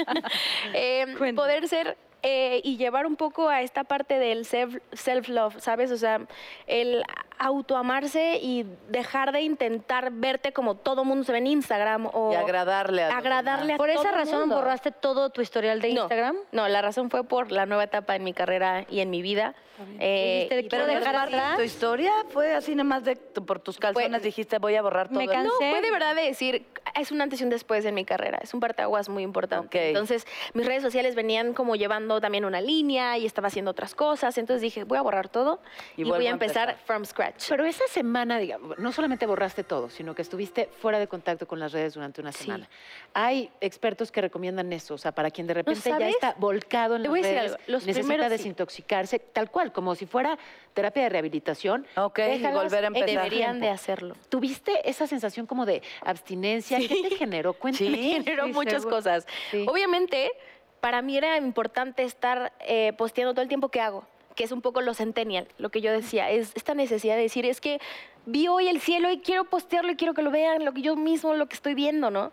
S6: Eh,
S1: Cuéntame.
S6: poder ser eh, y llevar un poco a esta parte del self- self-love, ¿sabes? O sea, el autoamarse y dejar de intentar verte como todo mundo se ve en Instagram o...
S3: Y agradarle a los
S6: agradarle a
S2: ¿Por
S6: todo
S2: esa
S6: el
S2: razón
S6: mundo.
S2: borraste todo tu historial de
S6: No.
S2: Instagram?
S6: No, la razón fue por la nueva etapa en mi carrera y en mi vida. Eh,
S2: Dijiste,
S6: y
S2: quiero
S6: por-
S2: dejar atrás.
S3: ¿Tu historia fue así nada más de, tu- por tus calzones
S6: Fue-
S3: dijiste voy a borrar todo?
S2: Me
S3: el-
S2: cansé.
S6: No, fue de verdad de decir, es un antes y un después en mi carrera, es un parteaguas muy importante.
S3: Ok.
S6: Entonces, mis redes sociales venían como llevando también una línea y estaba haciendo otras cosas, entonces dije, voy a borrar todo
S3: Y
S6: y,
S3: vuelvo
S6: voy
S3: a
S6: a empezar,
S3: empezar.
S6: from scratch.
S4: Pero esa semana, digamos, no solamente borraste todo, sino que estuviste fuera de contacto con las redes durante una
S6: Sí.
S4: semana. Hay expertos que recomiendan eso, o sea, para quien de repente ya
S6: ¿sabes?
S4: está volcado en
S6: Te
S4: las
S6: voy a decir
S4: redes,
S6: algo, los
S4: necesita
S6: primeros sí.
S4: desintoxicarse, tal cual, como si fuera terapia de rehabilitación.
S3: Ok, y
S4: déjalas
S3: volver a
S4: X
S3: empezar.
S6: Eh, Deberían
S4: tiempo.
S6: de hacerlo.
S4: ¿Tuviste esa sensación como de abstinencia? ¿Qué te generó? Cuéntame.
S3: Sí.
S6: Generó
S4: Sí,
S6: muchas
S4: seguro.
S6: cosas.
S4: Sí.
S6: Obviamente, para mí era importante estar eh, posteando todo el tiempo que hago, que es un poco lo centennial, lo que yo decía, es esta necesidad de decir, es que vi hoy el cielo y quiero postearlo y quiero que lo vean, lo que yo mismo, lo que estoy viendo, ¿no?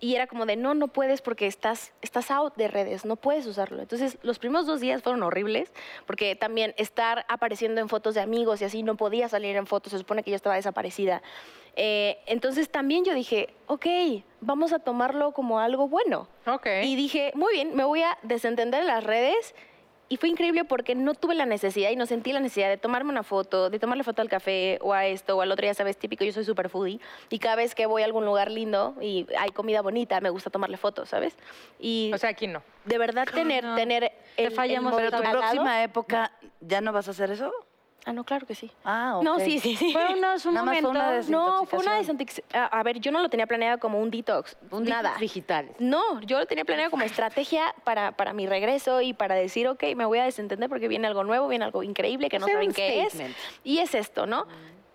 S6: Y era como de, no, no puedes porque estás, estás out de redes, no puedes usarlo. Entonces, los primeros dos días fueron horribles, porque también estar apareciendo en fotos de amigos y así, no podía salir en fotos, se supone que yo estaba desaparecida. Eh, entonces, también yo dije, ok, vamos a tomarlo como algo bueno.
S5: Ok.
S6: Y dije, muy bien, me voy a desentender de las redes. Y fue increíble porque no tuve la necesidad y no sentí la necesidad de tomarme una foto, de tomarle foto al café o a esto o al otro. Ya sabes, típico, yo soy super foodie. Y cada vez que voy a algún lugar lindo y hay comida bonita, me gusta tomarle fotos, ¿sabes? Y
S5: O sea, aquí no.
S6: de verdad tener, tener el,
S2: fallamos
S6: el
S3: Pero tu
S6: móvil al lado-
S3: próxima época, ¿ya no vas a hacer eso?
S6: Ah, no, claro que sí.
S3: Ah, ok.
S6: No, sí, sí, sí.
S2: Fue unos- un
S3: Nada más fue
S2: momento.
S3: una
S6: No, fue una
S3: desintoxicación.
S6: desintoxic... A, a ver, yo no lo tenía planeado como un detox.
S4: Un
S6: nada.
S4: detox digital.
S6: No, yo lo tenía planeado como estrategia para, para mi regreso y para decir, ok, me voy a desentender porque viene algo nuevo, viene algo increíble que no
S4: Hacer
S6: saben
S4: un
S6: qué es.
S4: statement.
S6: Y es esto, ¿no?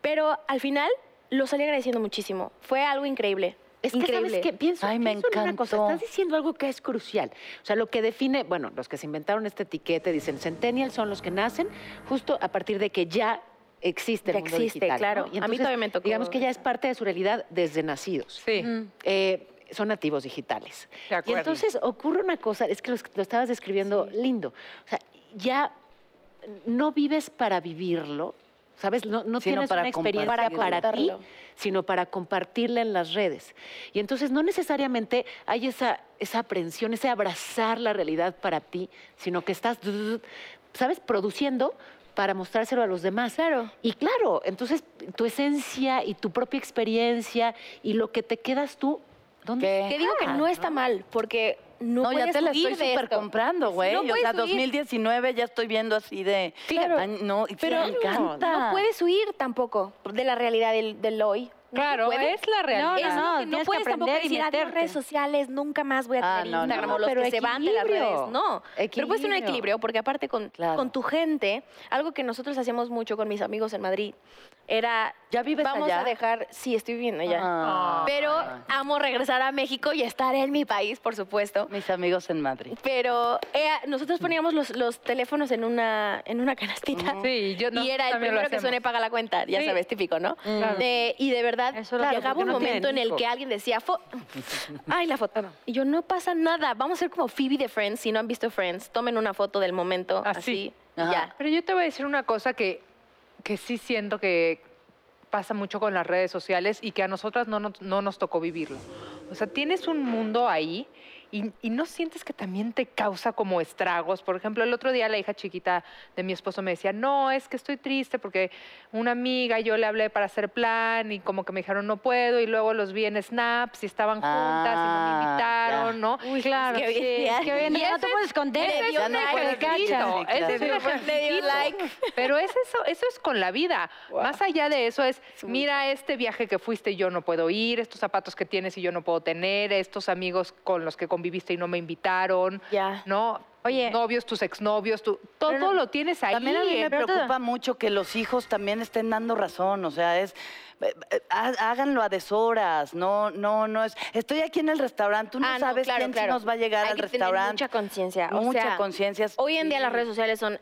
S6: Pero al final lo salí agradeciendo muchísimo. Fue algo increíble.
S4: Es que
S6: increíble.
S4: sabes que pienso,
S3: Ay, me
S4: pienso en una cosa,
S3: encantó.
S4: estás diciendo algo que es crucial. O sea, lo que define, bueno, los que se inventaron este etiquete dicen centennials son los que nacen justo a partir de que ya existe el
S6: Ya
S4: mundo
S6: existe,
S4: digital, ¿no?
S6: claro. A mí todavía me tocó
S4: Digamos que ya es parte de su realidad desde nacidos.
S5: Sí.
S4: Eh, son nativos digitales.
S5: De
S4: Y
S5: acuerdo.
S4: entonces ocurre una cosa, es que los- lo estabas describiendo lindo. O sea, ya no vives para vivirlo, ¿sabes? No,
S3: Sino
S4: no tienes
S3: para
S4: una experiencia para,
S3: compartirlo.
S4: ti,
S6: Contarlo.
S4: sino para compartirla en las redes. Y entonces no necesariamente hay esa, esa aprensión, ese abrazar la realidad para ti, sino que estás, ¿sabes? Produciendo para mostrárselo a los demás.
S6: Claro.
S4: Y claro, entonces tu esencia y tu propia experiencia y lo que te quedas tú, ¿dónde
S3: ¿Qué?
S6: Que digo que
S4: está,
S6: no está mal porque no,
S3: No, ya
S6: puedes
S3: te la
S6: huir
S3: estoy
S6: de
S3: super
S6: esto.
S3: comprando, güey.
S6: no
S3: o sea,
S6: puedes huir.
S3: 2019 ya estoy viendo así de.
S6: Claro.
S3: Ay, no, y sí,
S6: Pero
S3: me encanta.
S6: no puedes huir tampoco de la realidad del, del hoy. No
S5: Claro,
S6: puedes.
S5: es la realidad.
S6: Es
S2: no,
S6: lo que
S2: tienes que
S6: no puedes tampoco
S2: aprender y
S6: decir "Adiós,
S2: meterte".
S6: redes sociales, nunca más voy a
S3: Ah,
S6: tener
S3: no,
S6: Instagram
S3: no,
S6: o los
S4: pero
S6: que se van de las
S4: equilibrio.
S6: redes. No, pero puedes tener un
S4: Equilibrio.
S6: equilibrio porque aparte con,
S3: Claro.
S6: con tu gente, algo que nosotros hacíamos mucho con mis amigos en Madrid era,
S3: ¿Ya vives
S6: vamos
S3: allá?
S6: a dejar, sí, estoy viviendo allá.
S3: Ah,
S6: Pero amo regresar a México y estar en mi país, por supuesto.
S3: mis amigos en Madrid.
S6: Pero eh, nosotros poníamos los, los teléfonos en una, en una canastita.
S5: Sí, yo no,
S6: y era el
S5: también lo
S6: primero que
S5: hacemos.
S6: suene paga la cuenta, ya
S5: Sí.
S6: sabes, típico, ¿no?
S5: Claro.
S6: Eh, y de verdad,
S2: Eso era
S6: llegaba
S4: porque
S6: un
S4: no tienen
S6: momento en el
S4: hijos.
S6: que alguien decía, "Fo- ay, la foto. Y yo, no pasa nada, vamos a ser como Phoebe de Friends, si no han visto Friends, tomen una foto del momento, así,
S5: Así.
S6: y
S3: Ah, Ajá.
S6: ya.
S5: Pero yo te voy a decir una cosa que, que sí siento que pasa mucho con las redes sociales y que a nosotras no nos, no nos tocó vivirlo. O sea, tienes un mundo ahí y, y no sientes que también te causa como estragos. Por ejemplo, el otro día la hija chiquita de mi esposo me decía, no, es que estoy triste porque una amiga, yo le hablé para hacer plan y como que me dijeron no puedo y luego los vi en Snaps y estaban juntas
S3: Ah,
S5: y no me invitaron,
S3: ya.
S5: ¿no?
S2: Uy, claro.
S6: que hoy en día-
S2: que hoy en
S5: Y
S2: día no
S5: eso
S2: te
S5: es-
S2: puedes esconder.
S5: ese
S2: ya
S5: es un
S2: no hay
S5: ejercito,
S3: cachas.
S5: ese es un
S3: Sí,
S6: Le dio
S5: ejercitito.
S6: like.
S5: Pero es eso, eso es con la vida. Más allá de eso es, mira este viaje que fuiste y yo no puedo ir, estos zapatos que tienes y yo no puedo tener, estos amigos con los que conviviste y no me invitaron,
S6: Ya.
S5: ¿no?
S2: Oye.
S5: novios, tus exnovios, tu, todo
S2: Pero-
S5: lo tienes ahí.
S3: También a mí me
S2: pero te-
S3: preocupa mucho que los hijos también estén dando razón, o sea, es eh, eh, há- háganlo a deshoras, no, no, no es. Estoy aquí en el restaurante, tú no
S6: Ah, no,
S3: sabes
S6: claro,
S3: quién sí
S6: claro.
S3: nos va a llegar
S6: Hay
S3: al
S6: que tener
S3: restaurante.
S6: mucha conciencia. o
S3: mucha
S6: sea,
S3: conciencia.
S6: Hoy en día
S3: sí.
S6: las redes sociales son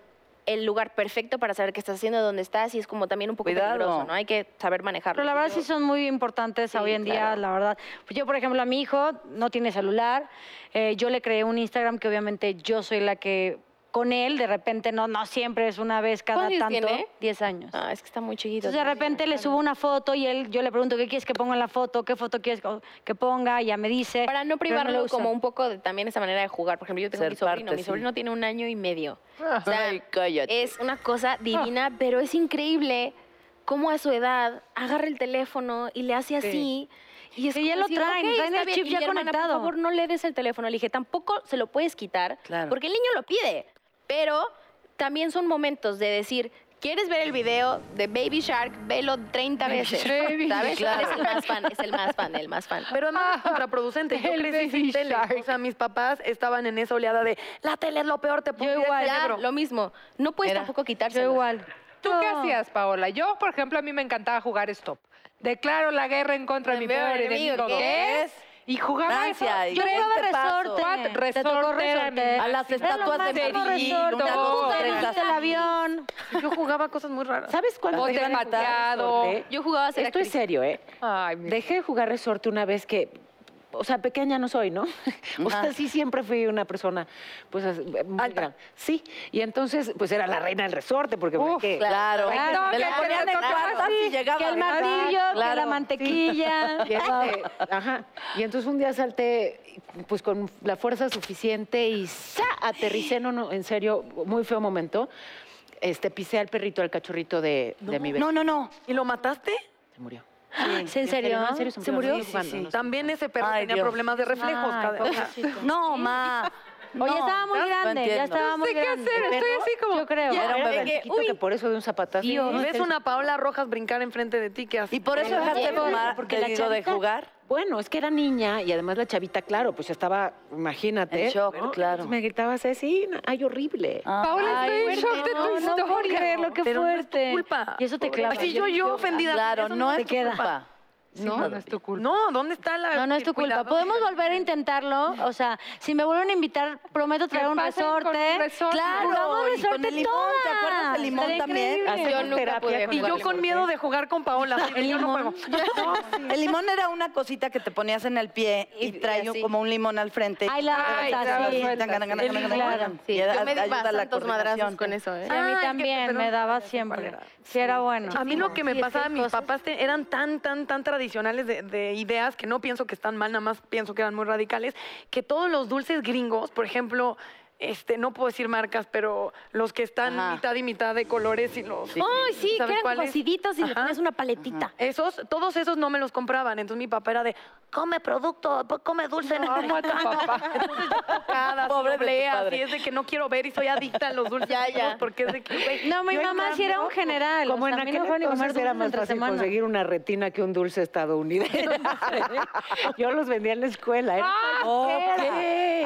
S6: el lugar perfecto para saber qué estás haciendo, dónde estás y es como también un poco
S3: Cuidado.
S6: peligroso, ¿no? Hay que saber manejarlo.
S2: Pero la verdad sí son muy importantes hoy en día, la verdad. Pues yo, por ejemplo, a mi hijo no tiene celular. eh, yo le creé un Instagram que obviamente yo soy la que con él, de repente, no, no siempre es una vez cada
S6: ¿Cuántos
S2: tanto.
S6: años tiene?
S2: 10 años.
S6: Ah, es que está muy chiquito.
S2: Entonces de
S6: todavía,
S2: repente le
S6: claro.
S2: subo una foto y él, yo le pregunto qué quieres que ponga en la foto, qué foto quieres co- que ponga, y ya me dice.
S6: Para no
S2: pero
S6: privarlo
S2: lo usa.
S6: como un poco de también esa manera de jugar. Por ejemplo, yo tengo
S3: Ser
S6: mi sobrino.
S3: parte,
S6: mi
S3: sí. Ah.
S6: sobrino tiene un año y medio. O sea,
S3: Ay, cállate.
S6: es una
S2: Ah.
S6: cosa divina, pero es increíble cómo a su edad agarra el teléfono y le hace así. Y es
S2: Sí, ya
S6: como
S2: lo traen,
S6: "Ok,
S2: traen
S6: está
S2: el
S6: bien".
S2: chip
S6: Y
S2: ya
S6: mi hermana,
S2: conectado.
S6: Por favor, no le des el teléfono. Le dije, tampoco se lo puedes quitar,
S3: Claro.
S6: porque el niño lo pide. Pero también son momentos de decir, ¿quieres ver el video de Baby Shark? Velo 30 veces.
S5: Baby
S6: ¿Sabes?
S5: Shark.
S6: Es el más fan, es el más fan, el más fan.
S1: Pero además es contraproducente. Yo
S5: el
S1: crecí
S5: Baby
S1: sin tele. O
S5: Shark.
S1: sea, mis papás estaban en esa oleada de la tele es lo peor, te puedo
S6: Ya,
S1: el cerebro.
S6: lo mismo. No puedes
S3: Mira,
S6: tampoco quitárselo.
S2: Yo igual.
S5: ¿Tú qué
S2: No.
S5: hacías, Paola? Yo, por ejemplo, a mí me encantaba jugar stop. Declaro la guerra en contra de mi peor enemigo, que es... Y jugaba
S3: Francia,
S5: eso.
S3: y
S5: Yo
S3: este
S5: jugaba
S3: paso.
S5: resorte. Cuatro-
S2: Te tocó
S5: resorte era
S2: resorte.
S5: mi
S3: A las
S5: máximo.
S3: estatuas de
S5: Era lo máximo,
S3: Medellín,
S5: resorte.
S3: una, dos,
S5: Todo.
S3: tres,
S2: el avión.
S1: Yo jugaba cosas muy raras.
S4: ¿Sabes cuándo
S5: O
S4: dejé
S5: de
S4: de jugar
S5: pateado.
S4: resorte?
S6: Yo jugaba a ser
S4: Esto es
S6: actriz.
S4: serio, ¿eh?
S5: Ay, mi-
S4: Dejé de jugar resorte una vez que, o sea, pequeña no soy, ¿no? O sea,
S3: Ajá.
S4: sí siempre fui una persona, pues, as- muy gran. Sí, y entonces, pues, era la reina del resorte, porque...
S5: Uf,
S4: ¿qué?
S3: Claro,
S5: Claro,
S3: Me
S5: que
S3: la
S5: te
S3: ponían en
S5: tocaba
S3: cuartas
S5: así,
S3: y llegaba.
S2: Que el
S3: ¿verdad?
S2: martillo, que la
S3: Ah, Claro.
S2: mantequilla.
S4: Y este, ajá. Y entonces un día salté, pues con la fuerza suficiente y ¡za! aterricé, no, no, en serio, muy feo momento. Este, pisé al perrito, al cachorrito de, de mi bebé.
S3: No, no, no.
S1: ¿Y lo mataste?
S4: Se murió.
S2: ¿Es en serio?
S4: no, en serio, se murió. Sí, sí, sí.
S1: También ese perro
S3: Ay,
S1: tenía
S3: Dios.
S1: problemas de reflejos.
S2: Ay,
S1: cada-
S3: No, ma.
S2: O ya
S3: no,
S2: estaba muy
S3: no
S2: grande, ya
S3: entiendo.
S2: estaba
S5: No
S2: muy
S5: sé qué
S2: grande.
S5: hacer, estoy así como-
S2: Yo creo.
S5: Ya
S4: Era un
S5: Era
S4: bebé
S5: de que,
S4: chiquito que por eso de un zapatazo.
S1: Y ves
S4: Entonces,
S1: una Paola Rojas brincar enfrente de ti, ¿qué haces?
S3: ¿Y por eso dejaste de
S6: Pero-
S3: fumar?
S2: porque
S3: Porque
S2: la
S3: te digo de
S2: chavita-
S3: jugar.
S4: Bueno, es que era niña y además la chavita, claro, pues estaba, imagínate.
S3: En shock,
S4: ¿no?
S3: claro.
S4: Entonces Me gritaba Ceci, no, ay, horrible.
S3: Ah.
S5: Paola,
S2: Ay,
S5: estoy en shock
S2: fuerte,
S5: de
S2: no,
S5: tu
S2: no puedo
S5: historia.
S2: creerlo, qué
S1: Pero no es tu
S2: fuerte.
S1: culpa.
S2: Y eso te
S3: pues,
S2: clava.
S1: Así yo, yo ofendida.
S3: Claro,
S1: Eso
S3: no
S1: te
S3: es tu culpa.
S5: No, no es tu culpa.
S1: No, ¿dónde está la.?
S2: No, no es tu
S1: el
S2: culpa.
S1: cuidado?
S2: Podemos volver a intentarlo. O sea, si me vuelven a invitar, prometo traer un
S5: pasen con
S2: resorte.
S5: un resorte.
S2: Claro,
S3: Claro,
S2: jugamos
S3: y con
S2: resorte
S3: el limón, ¿te
S2: todas.
S3: acuerdas del limón
S2: Estaría
S3: también?
S2: increíble.
S4: Hacemos
S6: Yo nunca pude
S4: con
S1: Y yo
S6: jugar
S1: con miedo de jugar con Paola. así de,
S2: El
S1: yo no
S2: limón.
S1: juego.
S3: El limón era una cosita que te ponías en el pie y,
S6: Y- y
S3: traía
S6: así.
S3: como un limón al frente.
S2: Ay, la
S5: Ay,
S2: otra,
S5: te daba
S2: sí.
S5: suerte.
S2: El limón.
S6: Sí,
S3: Y era-
S6: yo me
S3: ayuda
S6: daba
S3: a la
S6: tantos madrazos
S3: coordinación.
S6: con eso, ¿eh?
S2: Sí, a mí
S1: Ay, qué-
S2: también
S1: pero
S2: me
S1: no
S2: daba
S1: sabía cuál
S2: siempre.
S1: era.
S2: Sí, era bueno.
S1: Ah, A mí lo que me
S2: Sí, es
S1: pasaba,
S2: hay
S1: mis
S2: cosas.
S1: papás te- eran tan, tan, tan tradicionales de, de ideas que no pienso que están mal, nada más pienso que eran muy radicales, que todos los dulces gringos, por ejemplo, este, no puedo decir marcas, pero los que están
S3: Ajá.
S1: mitad y mitad de colores y los...
S3: Sí.
S2: Ay, sí, que
S1: ¿Sabes
S2: eran
S1: cuál es?
S2: cosiditos y le
S1: Ajá.
S2: ponías una paletita.
S1: Esos, todos esos no me los compraban, entonces mi papá era de, come producto, po- come dulce. No,
S5: Amo a tu papá.
S1: tocadas,
S3: Pobre de tu
S1: doblea, así
S3: padre.
S1: es de que no quiero ver y soy adicta a los dulces
S6: Ya, ya.
S1: gringos porque es de que, güey,
S2: No, mi
S1: yo en
S2: mamá sí
S1: cambio-
S2: era un general.
S4: Como
S2: o sea,
S4: en
S2: a mí no
S4: aquel
S2: me dejaban ni comer
S4: entonces era
S2: dulces
S4: más
S2: entre
S4: fácil
S2: semana.
S4: conseguir una retina que un dulce estadounidense. yo los vendía en la escuela. Era
S5: Ah,
S4: pajera.
S5: ok.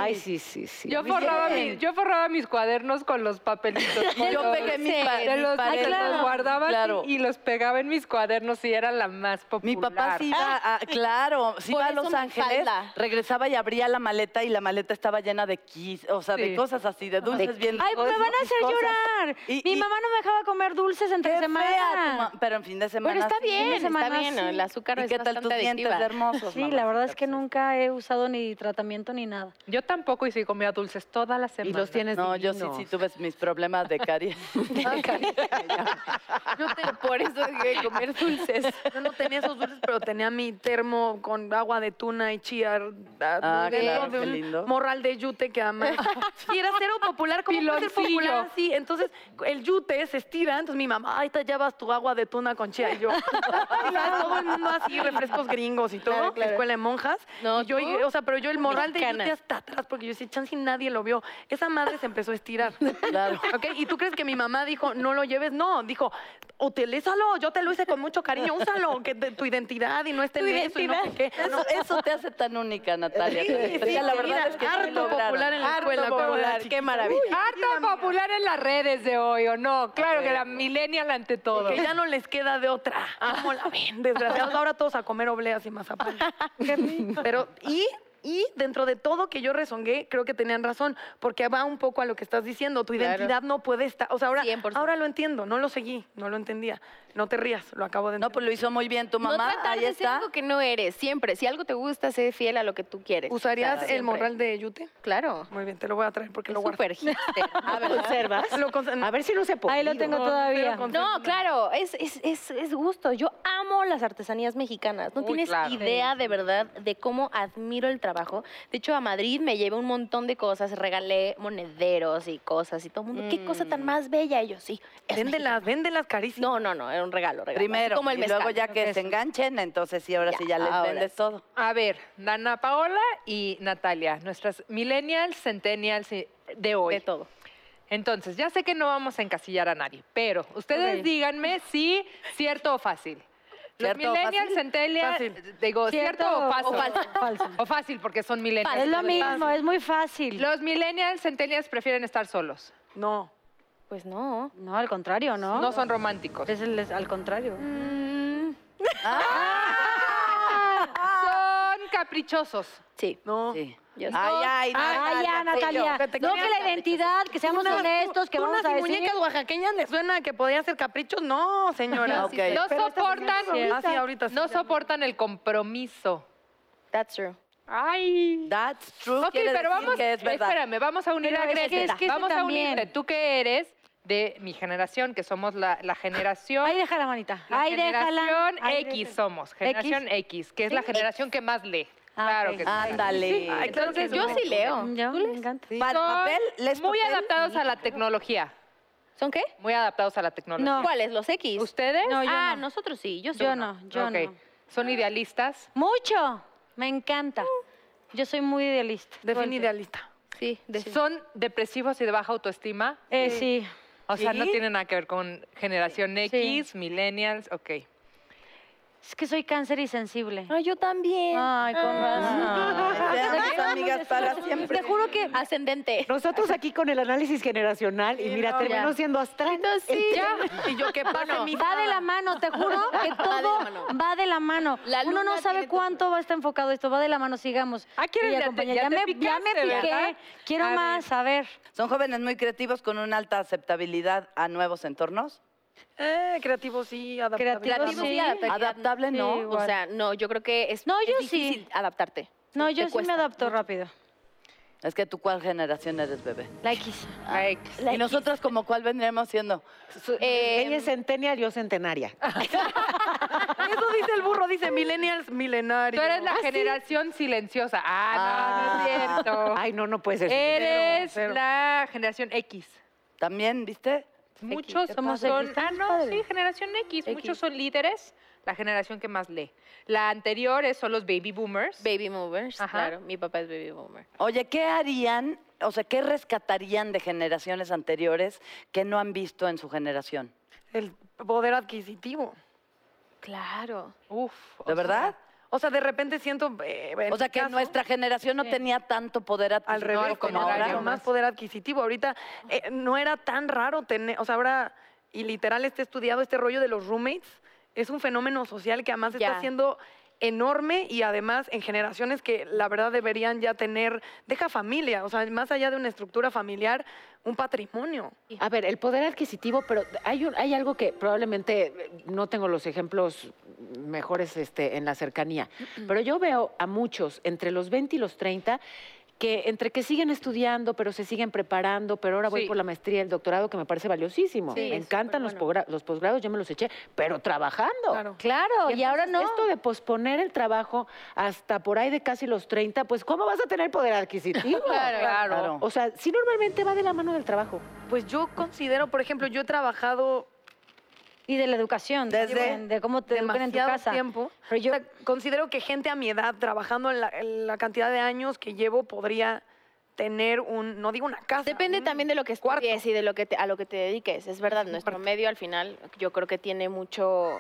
S4: Ay, sí, sí, sí.
S5: Yo forraba, mi- yo forraba mis cuadernos con los papelitos. con
S3: Yo
S5: los-
S3: pegué mis pa-
S5: de
S3: mis
S5: los,
S3: paredes.
S5: se los
S3: Claro.
S5: guardaba así
S3: Claro.
S5: y los pegaba en mis cuadernos y era la más popular.
S3: Mi papá sí iba, a, claro, sí
S6: Por
S3: iba a
S6: eso
S3: Los
S6: me
S3: Ángeles,
S6: falda.
S3: regresaba y abría la maleta y la maleta estaba llena de kiss, o sea,
S5: Sí.
S3: de cosas así, de dulces bien.
S2: Ay, me van a hacer
S3: cosas.
S2: llorar.
S3: Y-
S2: Mi
S3: y-
S2: mamá no me dejaba comer dulces
S3: Qué
S2: entre
S3: fea tu
S2: semana.
S3: ma- pero en fin de semana.
S6: Pero está
S3: sí.
S6: bien,
S2: de
S6: está
S2: semana,
S6: bien.
S2: sí.
S6: El azúcar
S3: ¿Y
S6: es
S3: qué tal tus
S6: bastante
S3: dientes
S6: adictiva.
S3: hermosos?
S2: Sí,
S3: mamacita?
S2: la verdad es que
S3: Sí.
S2: nunca he usado ni tratamiento ni nada.
S5: Yo tampoco y sí comía dulces toda la
S4: Y
S5: semana.
S4: los tienes
S3: No, yo sí,
S4: divinos.
S3: sí tuve mis problemas de caries.
S6: Por eso dejé de comer dulces.
S1: Yo no tenía esos dulces, pero tenía mi termo con agua de tuna y chía.
S3: Ah,
S1: dentro
S3: claro,
S1: de
S3: qué
S1: un
S3: lindo.
S1: Morral de yute que ama. Y era cero popular, ¿cómo puede ser
S5: Piloncillo.
S1: popular así? Entonces, el yute se estira, entonces mi mamá, ahí te llevas tu agua de tuna con chía. Y yo, y la- todo el mundo así, refrescos gringos y todo, escuela de monjas.
S6: No,
S1: Y yo,
S6: tú,
S1: llegué- o sea, pero yo el morral de
S6: mexicana.
S1: yute hasta atrás, porque yo decía, chance y nadie lo vio. Esa madre se empezó a estirar.
S3: Claro.
S1: ¿Ok? ¿Y tú crees que mi mamá dijo, no lo lleves? No, dijo, utilízalo, yo te lo hice con mucho cariño, úsalo, que te- tu identidad y no esté en eso y no sé qué.
S3: Eso, eso te hace tan única, Natalia.
S1: Sí,
S3: Pero ya la verdad
S1: mira,
S3: es que sí
S1: harto
S3: lograron.
S1: popular en la
S3: Harto
S1: escuela, cuando era
S3: popular,
S1: chiquita.
S3: qué maravilla.
S5: Harta popular en las redes de hoy, ¿o no? Claro que la millennial ante todo.
S1: Que ya no les queda de otra. ¿Cómo la ven? Desgraciados, ahora todos a comer obleas y mazapán. Qué rico. Pero, y, y dentro de todo que yo rezongué, creo que tenían razón, porque va un poco a lo que estás diciendo. Tu identidad no puede estar. O sea, ahora,
S6: 100%.
S1: ahora lo entiendo, no lo seguí, no lo entendía. No te rías, lo acabo de
S3: No,
S1: entender.
S3: pues lo hizo muy bien tu
S6: no
S3: mamá.
S6: tratar
S3: Ahí
S6: de ser
S3: está.
S6: algo que no eres. Siempre, si algo te gusta, sé fiel a lo que tú quieres.
S1: ¿Usarías
S6: Claro.
S1: el morral de Yute?
S6: Claro.
S1: Muy bien, te lo voy a traer porque
S6: Es
S1: lo guardo.
S6: súper hipster.
S3: Ah,
S4: A ver, ¿conservas?
S1: Lo cons-
S4: A ver si no se puede.
S2: Ahí lo tengo todavía.
S1: con-
S6: No, claro, es, es, es, es gusto. Yo amo las artesanías mexicanas. No
S5: Uy,
S6: tienes
S5: claro.
S6: idea de verdad de cómo admiro el trabajo. De hecho, a Madrid me llevé un montón de cosas, regalé monederos y cosas y todo el mundo. ¿Qué cosa tan
S3: Mm.
S6: más bella? Y yo, sí. es
S1: Véndelas, véndelas
S6: mexicana".
S1: carísimas.
S6: No, no, no, era un regalo, regalo. así
S3: Primero.
S6: Como el
S3: y luego
S6: mezcal.
S3: ya que se enganchen, entonces sí, ahora
S6: Ya,
S3: sí ya les
S6: ahora
S3: vendes todo.
S5: A ver, Dana Paola y Natalia, nuestras millennials, centennials y- de hoy.
S6: De todo.
S5: Entonces, ya sé que no vamos a encasillar a nadie, pero ustedes díganme si cierto o fácil. Los
S3: ¿Cierto o
S5: millennials,
S3: fácil?
S5: centennials,
S1: Fácil.
S5: digo, cierto, o fácil.
S2: falso.
S5: O fácil, porque son millennials.
S2: Es lo mismo, es muy fácil.
S5: Los millennials, centennials prefieren estar solos.
S1: No.
S6: Pues no.
S2: No, al contrario, ¿no?
S5: No son románticos.
S2: Ah. Es el- es al contrario.
S6: Mm,
S5: Son caprichosos.
S6: sí.
S1: No.
S3: Sí.
S6: Yo sí.
S3: Ay, ay,
S2: Ah, ya, Natalia.
S1: Fíjate que
S2: No,
S1: ya
S2: que la
S1: está.
S2: identidad, que seamos
S1: Unas-
S2: honestos, que
S1: unas
S2: vamos a decir.
S1: muñecas oaxaqueñas le suena que podían ser caprichos? No, señora.
S3: Ok. Pero
S5: No soportan,
S1: Ah, sí, ahorita sí.
S5: no soportan el compromiso.
S6: That's true.
S5: Ay.
S3: That's true.
S5: Ok,
S3: quiere decir
S5: pero vamos,
S3: que es verdad.
S5: espérame, vamos a unir
S2: Pero
S5: a
S2: es que-
S5: Grecia.
S2: es que eso
S5: vamos a
S2: también.
S5: unirte. Tú que eres de mi generación, que somos la, la generación.
S2: Ahí deja la manita.
S5: la
S2: Ahí déjala.
S5: generación
S2: ahí
S5: X
S2: déjala.
S5: somos, generación X, que es la generación que más lee.
S2: Ah,
S5: claro
S2: ok.
S5: que sí.
S3: Ándale.
S1: Ay, claro que
S5: Entonces,
S1: no.
S6: Yo sí leo.
S2: Yo, me encanta.
S3: Pa-
S5: Son
S3: papel, les
S5: muy
S3: papel.
S5: adaptados a la tecnología.
S6: ¿Son qué?
S5: Muy adaptados a la tecnología.
S2: No.
S6: ¿Cuáles? ¿Los X?
S5: ¿Ustedes?
S2: No, yo
S6: ah,
S2: no.
S6: nosotros sí. Yo, sí.
S2: Yo no, yo
S5: Ok.
S2: no.
S5: Son idealistas.
S2: Mucho. Me encanta. Yo soy muy idealista.
S1: Define idealista.
S6: Sí, de
S5: Son depresivos y de baja autoestima.
S2: Eh, sí.
S5: O sea, no
S1: Sí.
S5: tienen nada que ver con generación X, millennials, ok.
S2: Es que soy cáncer y sensible.
S6: Ay, Ah, yo también. Ah,
S2: Ay, con razón.
S3: Ay, seamos amigas para siempre.
S6: Te juro que ascendente.
S4: Nosotros aquí con el análisis generacional y mira, terminó siendo astral.
S6: Sí, ya.
S1: Y yo qué pasa, mi
S2: Va de la mano, te juro que
S6: Va de la
S2: todo
S6: mano.
S2: va de la mano.
S6: La
S2: Uno
S6: luna
S2: no sabe
S6: tiene todo.
S2: cuánto va a estar enfocado esto, va de la mano, sigamos.
S5: Ah, ¿quieres?
S2: Ella,
S5: Ya te-
S2: compañera,
S5: ya te
S2: me, ya me
S5: picaste,
S2: piqué,
S5: ¿verdad?
S2: quiero
S5: A ver.
S2: más, a ver.
S3: Son jóvenes muy creativos con una alta aceptabilidad a nuevos entornos.
S1: Eh, creativo sí, adaptable.
S2: Creativo
S6: Creativo
S2: sí.
S6: sí, adaptabilidad.
S3: Adaptable
S2: Sí,
S3: no.
S2: igual.
S6: O sea, no, yo creo que es,
S2: No,
S6: es
S2: yo sí.
S6: difícil adaptarte.
S2: No,
S6: Te
S2: yo sí me
S6: cuesta.
S2: adapto rápido.
S3: Es que tú cuál generación eres, bebé.
S2: La X.
S5: A X.
S3: y nosotras como cuál vendríamos siendo.
S6: Eh,
S4: Ella es centennial, yo centenaria.
S1: Eso dice el burro, dice millennials, milenario. Ah,
S5: Tú eres la generación silenciosa. Ah, no, no es cierto.
S4: Ay, no, no puede ser.
S5: eres
S1: cero.
S5: la generación X.
S3: También, ¿viste?
S5: Muchos
S2: Somos
S5: son.
S2: X,
S5: Ah, no,
S2: padre.
S5: sí, generación X. Muchos son líderes. La generación que más lee. La anterior es- son los baby boomers.
S6: Baby movers,
S5: Ajá.
S6: claro. Mi papá es baby boomer.
S3: Oye, ¿qué harían, o sea, qué rescatarían de generaciones anteriores que no han visto en su generación?
S1: El poder adquisitivo.
S6: Claro.
S5: Uf.
S3: ¿De
S5: o sea,
S3: verdad?
S1: O sea, de repente siento... eh, en
S3: O sea,
S1: mi
S3: que
S1: caso,
S3: nuestra generación no tenía tanto poder
S1: Al
S3: adquisitivo
S1: revés,
S5: al
S1: como
S5: contrario,
S1: ahora, más
S5: más.
S1: poder adquisitivo. Ahorita eh, no era tan raro tener... O sea, ahora... Y literal está estudiado este rollo de los roommates. Es un fenómeno social que además
S6: Ya.
S1: está siendo enorme y además en generaciones que la verdad deberían ya tener... Deja familia, o sea, más allá de una estructura familiar, un patrimonio.
S4: A ver, el poder adquisitivo, pero hay, un- hay algo que probablemente eh, no tengo los ejemplos mejores este, en la cercanía, pero yo veo a muchos entre los 20 y los 30 que entre que siguen estudiando, pero se siguen preparando, pero ahora voy
S5: Sí.
S4: por la maestría, el doctorado, que me parece valiosísimo.
S6: Sí,
S4: me
S6: es
S4: encantan los, pogra- los posgrados, yo me los eché, pero trabajando.
S1: Claro.
S2: Claro, y, ahora no.
S4: entonces, Esto de posponer el trabajo hasta por ahí de casi los 30, pues ¿cómo vas a tener poder adquisitivo?
S5: Claro, claro.
S3: Claro.
S4: O sea, sí normalmente va de la mano del trabajo.
S1: Pues yo considero, por ejemplo, yo he trabajado
S2: Y de la educación, de-
S3: Desde
S2: de cómo te educan en tu
S1: demasiado
S2: casa.
S1: tiempo.
S2: Pero yo,
S1: O sea, considero que gente a mi edad, trabajando en la, en la cantidad de años que llevo, podría tener un, no digo una casa.
S6: Depende
S1: un-
S6: también de lo que
S1: cuarto.
S6: estudies y de lo que te- a lo que te dediques. Es verdad, nuestro medio al final yo creo que tiene mucho,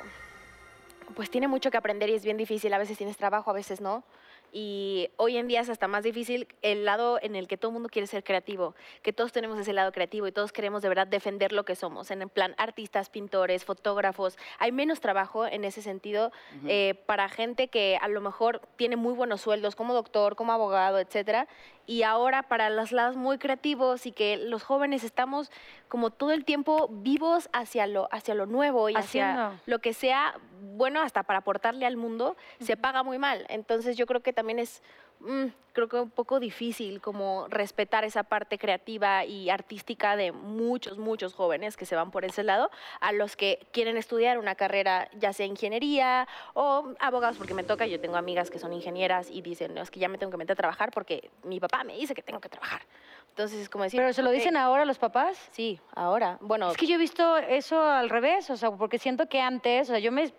S6: pues tiene mucho que aprender y es bien difícil. A veces tienes trabajo, a veces no. Y hoy en día es hasta más difícil el lado en el que todo el mundo quiere ser creativo, que todos tenemos ese lado creativo y todos queremos de verdad defender lo que somos. En el plan, artistas, pintores, fotógrafos, hay menos trabajo en ese sentido eh, para gente que a lo mejor tiene muy buenos sueldos como doctor, como abogado, etcétera, y ahora para los lados muy creativos y que los jóvenes estamos como todo el tiempo vivos hacia lo, hacia lo nuevo y hacia
S2: Haciendo.
S6: lo que sea bueno hasta para aportarle al mundo, se paga muy mal. Entonces yo creo que también es, mm, creo que un poco difícil como respetar esa parte creativa y artística de muchos, muchos jóvenes que se van por ese lado, a los que quieren estudiar una carrera ya sea ingeniería o abogados, porque me toca, yo tengo amigas que son ingenieras y dicen, no, es que ya me tengo que meter a trabajar porque mi papá me dice que tengo que trabajar. Entonces es como decir...
S2: pero se lo
S6: "Ok".
S2: dicen ahora los papás.
S6: Sí, ahora. Bueno,
S2: Es que yo he visto eso al revés, o sea, porque siento que antes, o sea, yo me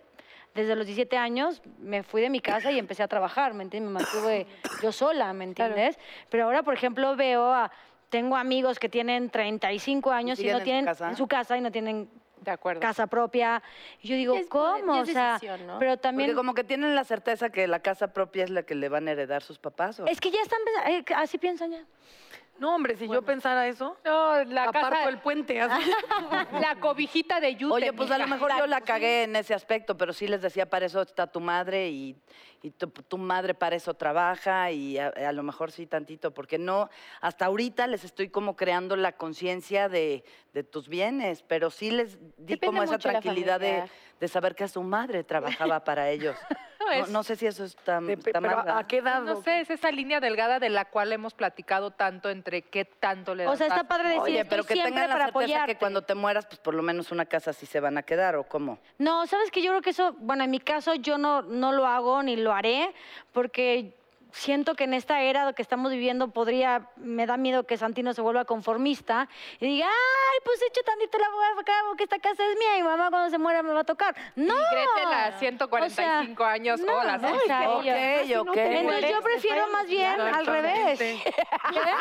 S2: desde los 17 años me fui de mi casa y empecé a trabajar, ¿me entiendes? Me mantuve yo sola, ¿me entiendes? Pero ahora, por ejemplo, veo a tengo amigos que tienen 35 años y
S3: siguen
S2: no
S3: en su
S2: tienen
S3: casa?
S2: en su casa y no tienen
S5: De acuerdo.
S2: casa propia. Y yo digo,
S6: es poder-
S2: ¿cómo?
S6: y
S2: o
S6: es
S2: sea,
S6: decisión, ¿no?
S2: pero también
S3: Porque como que tienen la certeza que la casa propia es la que le van a heredar sus papás. ¿o?
S2: es que ya están pens- eh, así piensan ya.
S1: No, hombre, si yo pensara eso,
S5: No, la
S1: aparto
S5: casa,
S1: el puente. así.
S5: la cobijita de Yute.
S3: Oye, pues a lo
S5: mija.
S3: mejor yo la cagué en ese aspecto, pero sí les decía, para eso está tu madre y, y tu, tu madre para eso trabaja y a, a lo mejor sí tantito, porque no, hasta ahorita les estoy como creando la conciencia de, de tus bienes, pero sí les di
S6: Depende
S3: como esa
S6: mucho de la
S3: tranquilidad de,
S6: familia.
S3: de saber que su madre trabajaba para ellos.
S5: No,
S3: No,
S5: es-
S3: no sé si eso está,
S1: De-
S3: Mm, está
S1: pero
S3: mal.
S1: ¿a,
S3: ¿verdad?
S1: a qué edad?
S5: No
S1: o
S5: sé, es esa línea delgada de la cual hemos platicado tanto entre qué tanto le
S2: O sea,
S5: das
S2: está
S5: a-
S2: padre decir,
S3: Oye,
S2: estoy
S3: pero que
S2: siempre
S3: tengan la
S2: para
S3: certeza
S2: apoyarte.
S3: que cuando te mueras, pues por lo menos una casa sí se van a quedar, ¿o cómo?
S2: No, sabes que yo creo que eso, bueno, en mi caso yo no, no lo hago ni lo haré porque siento que en esta era que estamos viviendo podría, me da miedo que Santino se vuelva conformista y diga, ay, pues echo tantito la boca acá porque esta casa es mía y mamá cuando se muera me va a tocar. No.
S5: Y Gretel a 145 años,
S2: no,
S5: hola,
S2: no,
S5: ¿eh?
S2: o sea,
S3: Ok,
S2: ellos-
S3: ok.
S2: Entonces yo prefiero más bien al revés. O sea,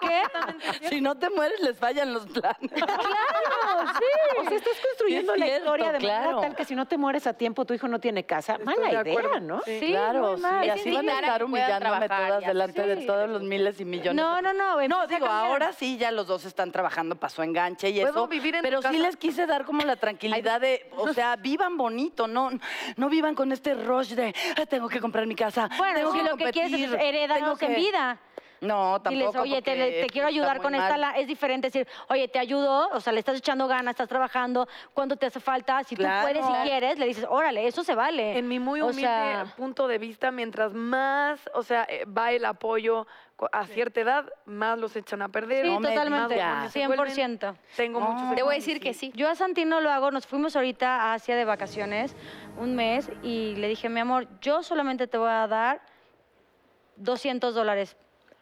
S2: ¿qué?
S3: Si no te mueres, les fallan los planes.
S2: Claro, sí.
S4: O sea, estás construyendo
S3: Sí, es
S4: la
S3: cierto,
S4: historia de manera
S3: claro.
S4: tal que si no te mueres a tiempo, tu hijo no tiene casa. Mala
S1: de
S4: idea, ¿no?
S2: Sí,
S3: claro,
S2: muy
S3: sí,
S2: mal.
S3: y
S2: Es
S3: así van a
S6: indignar a
S3: estar
S6: que puedan
S3: humillándome
S6: trabajar
S3: todas
S6: y
S3: delante
S6: así.
S3: de todos los miles y millones.
S2: No, no, no.
S3: No,
S2: empieza a
S3: digo,
S2: cambiar.
S3: ahora sí ya los dos están trabajando para su enganche y
S1: ¿Puedo
S3: eso.
S1: vivir en tu
S3: pero sí
S1: casa?
S3: les quise dar como la tranquilidad de, o sea, vivan bonito, no, no vivan con este rush de "Ah, tengo que comprar mi casa.
S2: Bueno,
S3: tengo
S2: si
S3: que
S2: lo que quieres es
S3: competir,
S2: heredar
S3: tengo
S2: lo que en
S3: que-".
S2: vida.
S3: No, tampoco.
S2: Diles, oye, te,
S3: porque
S2: te quiero
S3: está
S2: ayudar
S3: muy
S2: con esta.
S3: mal.
S2: la-". es diferente decir, oye, te ayudo, o sea, le estás echando ganas, estás trabajando, cuando te hace falta, si
S3: Claro.
S2: tú puedes y quieres, le dices, órale, eso se vale.
S1: En mi muy
S2: O
S1: humilde
S2: sea,
S1: punto de vista, mientras más, o sea, eh, va el apoyo co- a cierta edad, más los echan a perder.
S2: sí,
S1: más
S2: totalmente,
S1: demonios se vuelven.
S2: 100%.
S1: Tengo
S3: No.
S1: muchos.
S6: te voy a
S1: hermanos,
S6: decir que sí.
S2: Yo a Santino lo hago, nos fuimos ahorita a Asia de vacaciones, un mes, y le dije, mi amor, yo solamente te voy a dar 200 dólares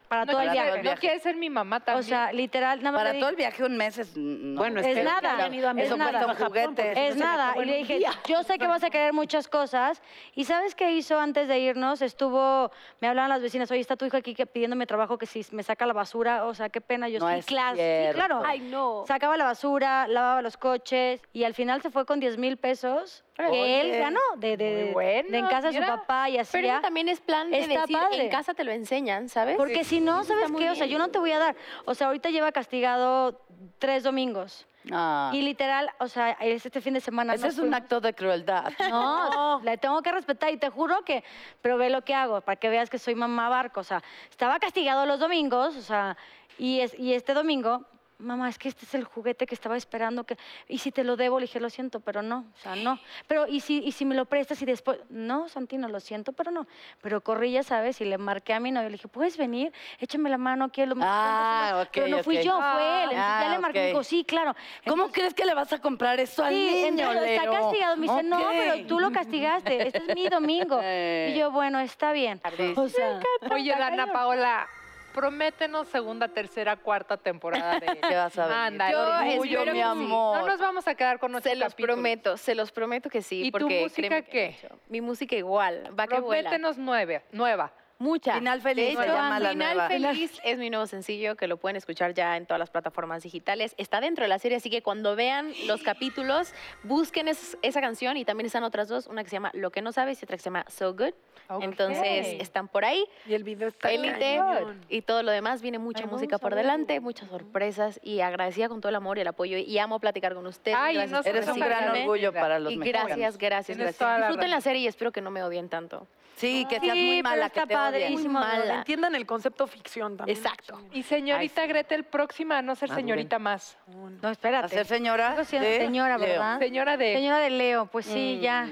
S2: para
S5: No
S2: todo el
S5: quiere-
S2: viaje.
S5: No quiere ser mi mamá también.
S2: O sea, literal, nada más
S3: Para
S2: le
S3: todo
S2: dije-
S3: el viaje un mes es. no,
S4: Bueno,
S2: Es
S4: espero
S2: nada,
S4: que hayan ido a
S2: es
S3: Eso
S4: México,
S3: cuesta
S2: nada.
S3: un
S4: a Japón,
S3: juguete.
S4: porque
S2: Es
S4: se me
S2: nada.
S4: acabó
S2: Y
S4: en
S2: le
S4: un
S2: dije,
S4: día.
S2: yo sé que vas a querer muchas cosas. ¿Y sabes qué hizo antes de irnos? Estuvo, me hablaban las vecinas, oye, está tu hijo aquí que pidiéndome trabajo que si me saca la basura, o sea, qué pena, yo
S3: No
S2: sí,
S3: es
S2: claro, sí,
S3: cierto.
S2: claro.
S6: Ay, no.
S2: Sacaba la basura, lavaba los coches y al final se fue con 10 mil pesos que él ganó de, de-
S5: muy bueno,
S2: de en casa de su
S5: mira.
S2: papá y
S6: Pero eso
S2: hacía.
S6: también es plan de
S2: Está
S6: decir,
S2: padre.
S6: en casa te lo enseñan, ¿sabes?
S2: Porque si no,
S6: Eso
S2: ¿sabes
S6: está muy
S2: qué? O sea,
S6: bien.
S2: yo no te voy a dar. O sea, ahorita lleva castigado tres domingos.
S3: Ah,
S2: Y literal, o sea, es este fin de semana.
S3: ese
S2: nos
S3: es un
S2: fuimos-
S3: acto de crueldad.
S2: No, le tengo que respetar y te juro que, pero ve lo que hago, para que veas que soy mamá barco. O sea, estaba castigado los domingos, o sea, y, es, y este domingo mamá, es que este es el juguete que estaba esperando, que... y si te lo debo, le dije, lo siento, pero no, o sea, no. Pero, ¿y si, y si me lo prestas y después? No, Santino, lo siento, pero no. Pero corrí, ya sabes, y le marqué a mi novio, le dije, ¿puedes venir? Échame la mano, quiero...
S3: Ah, ok,
S2: Pero no fui
S3: ok.
S2: yo, fue él. Entonces ya
S3: Ah,
S2: le marqué,
S3: ok.
S2: y dijo, sí, claro.
S3: ¿Cómo crees que le vas a comprar eso al
S2: Sí,
S3: niño?
S2: entonces está
S3: Lero?
S2: castigado. Me dice, no,
S3: Ok.
S2: pero tú lo castigaste. Este es mi domingo. Y yo, bueno, está bien. O sea,
S5: Oye, Dana Paola, prométenos segunda, tercera, cuarta temporada de
S3: ¿Qué vas a ver?
S5: Anda, el
S6: Yo
S5: orgullo,
S6: espero
S5: mi
S6: que sí.
S5: amor. No nos vamos a quedar con ocho
S6: Se los
S5: capítulos.
S6: prometo, se los prometo que sí.
S5: ¿Y tu
S6: porque
S5: música
S6: créeme que
S5: qué?
S6: he hecho. Mi música igual, va que vuela.
S5: Prométenos nueve, nueva.
S6: Mucha.
S3: Final feliz
S6: De
S3: se llama la
S6: Final
S3: nueva.
S6: feliz es mi nuevo sencillo que lo pueden escuchar ya en todas las plataformas digitales. Está dentro de la serie, así que cuando vean los capítulos, busquen es- esa canción y también están otras dos, una que se llama Lo que no sabes y otra que se llama So Good. Entonces
S5: Ok.
S6: están por ahí.
S3: Y el video está
S6: Elite
S1: cañón.
S6: y todo lo demás, viene mucha
S5: Ay,
S6: música
S5: vamos
S6: por
S5: a verlo.
S6: delante, muchas sorpresas y agradecida con todo el amor y el apoyo y amo platicar con ustedes.
S5: Ay,
S6: gracias
S5: nos
S6: por
S3: Eres un gran
S6: recibirme.
S3: orgullo para los
S6: Y
S3: mexicanos.
S6: gracias, gracias,
S5: Tienes
S6: gracias.
S5: toda la
S6: Disfruten la
S5: razón.
S6: serie y espero que no me odien tanto.
S3: Sí, que
S2: Sí,
S3: seas
S2: pero
S3: muy mala, que
S2: está
S3: te odien.
S2: padrísimo.
S6: mala.
S1: Entiendan el concepto ficción también.
S6: Exacto.
S5: Y señorita Gretel, próxima a no ser
S3: Maduren.
S5: señorita más.
S2: no, espérate.
S3: A ser señora.
S2: Sigo siendo
S3: de
S2: señora,
S3: Leo.
S2: ¿verdad?
S5: Señora de...
S2: Señora de Leo, pues sí,
S3: Mm.
S2: ya.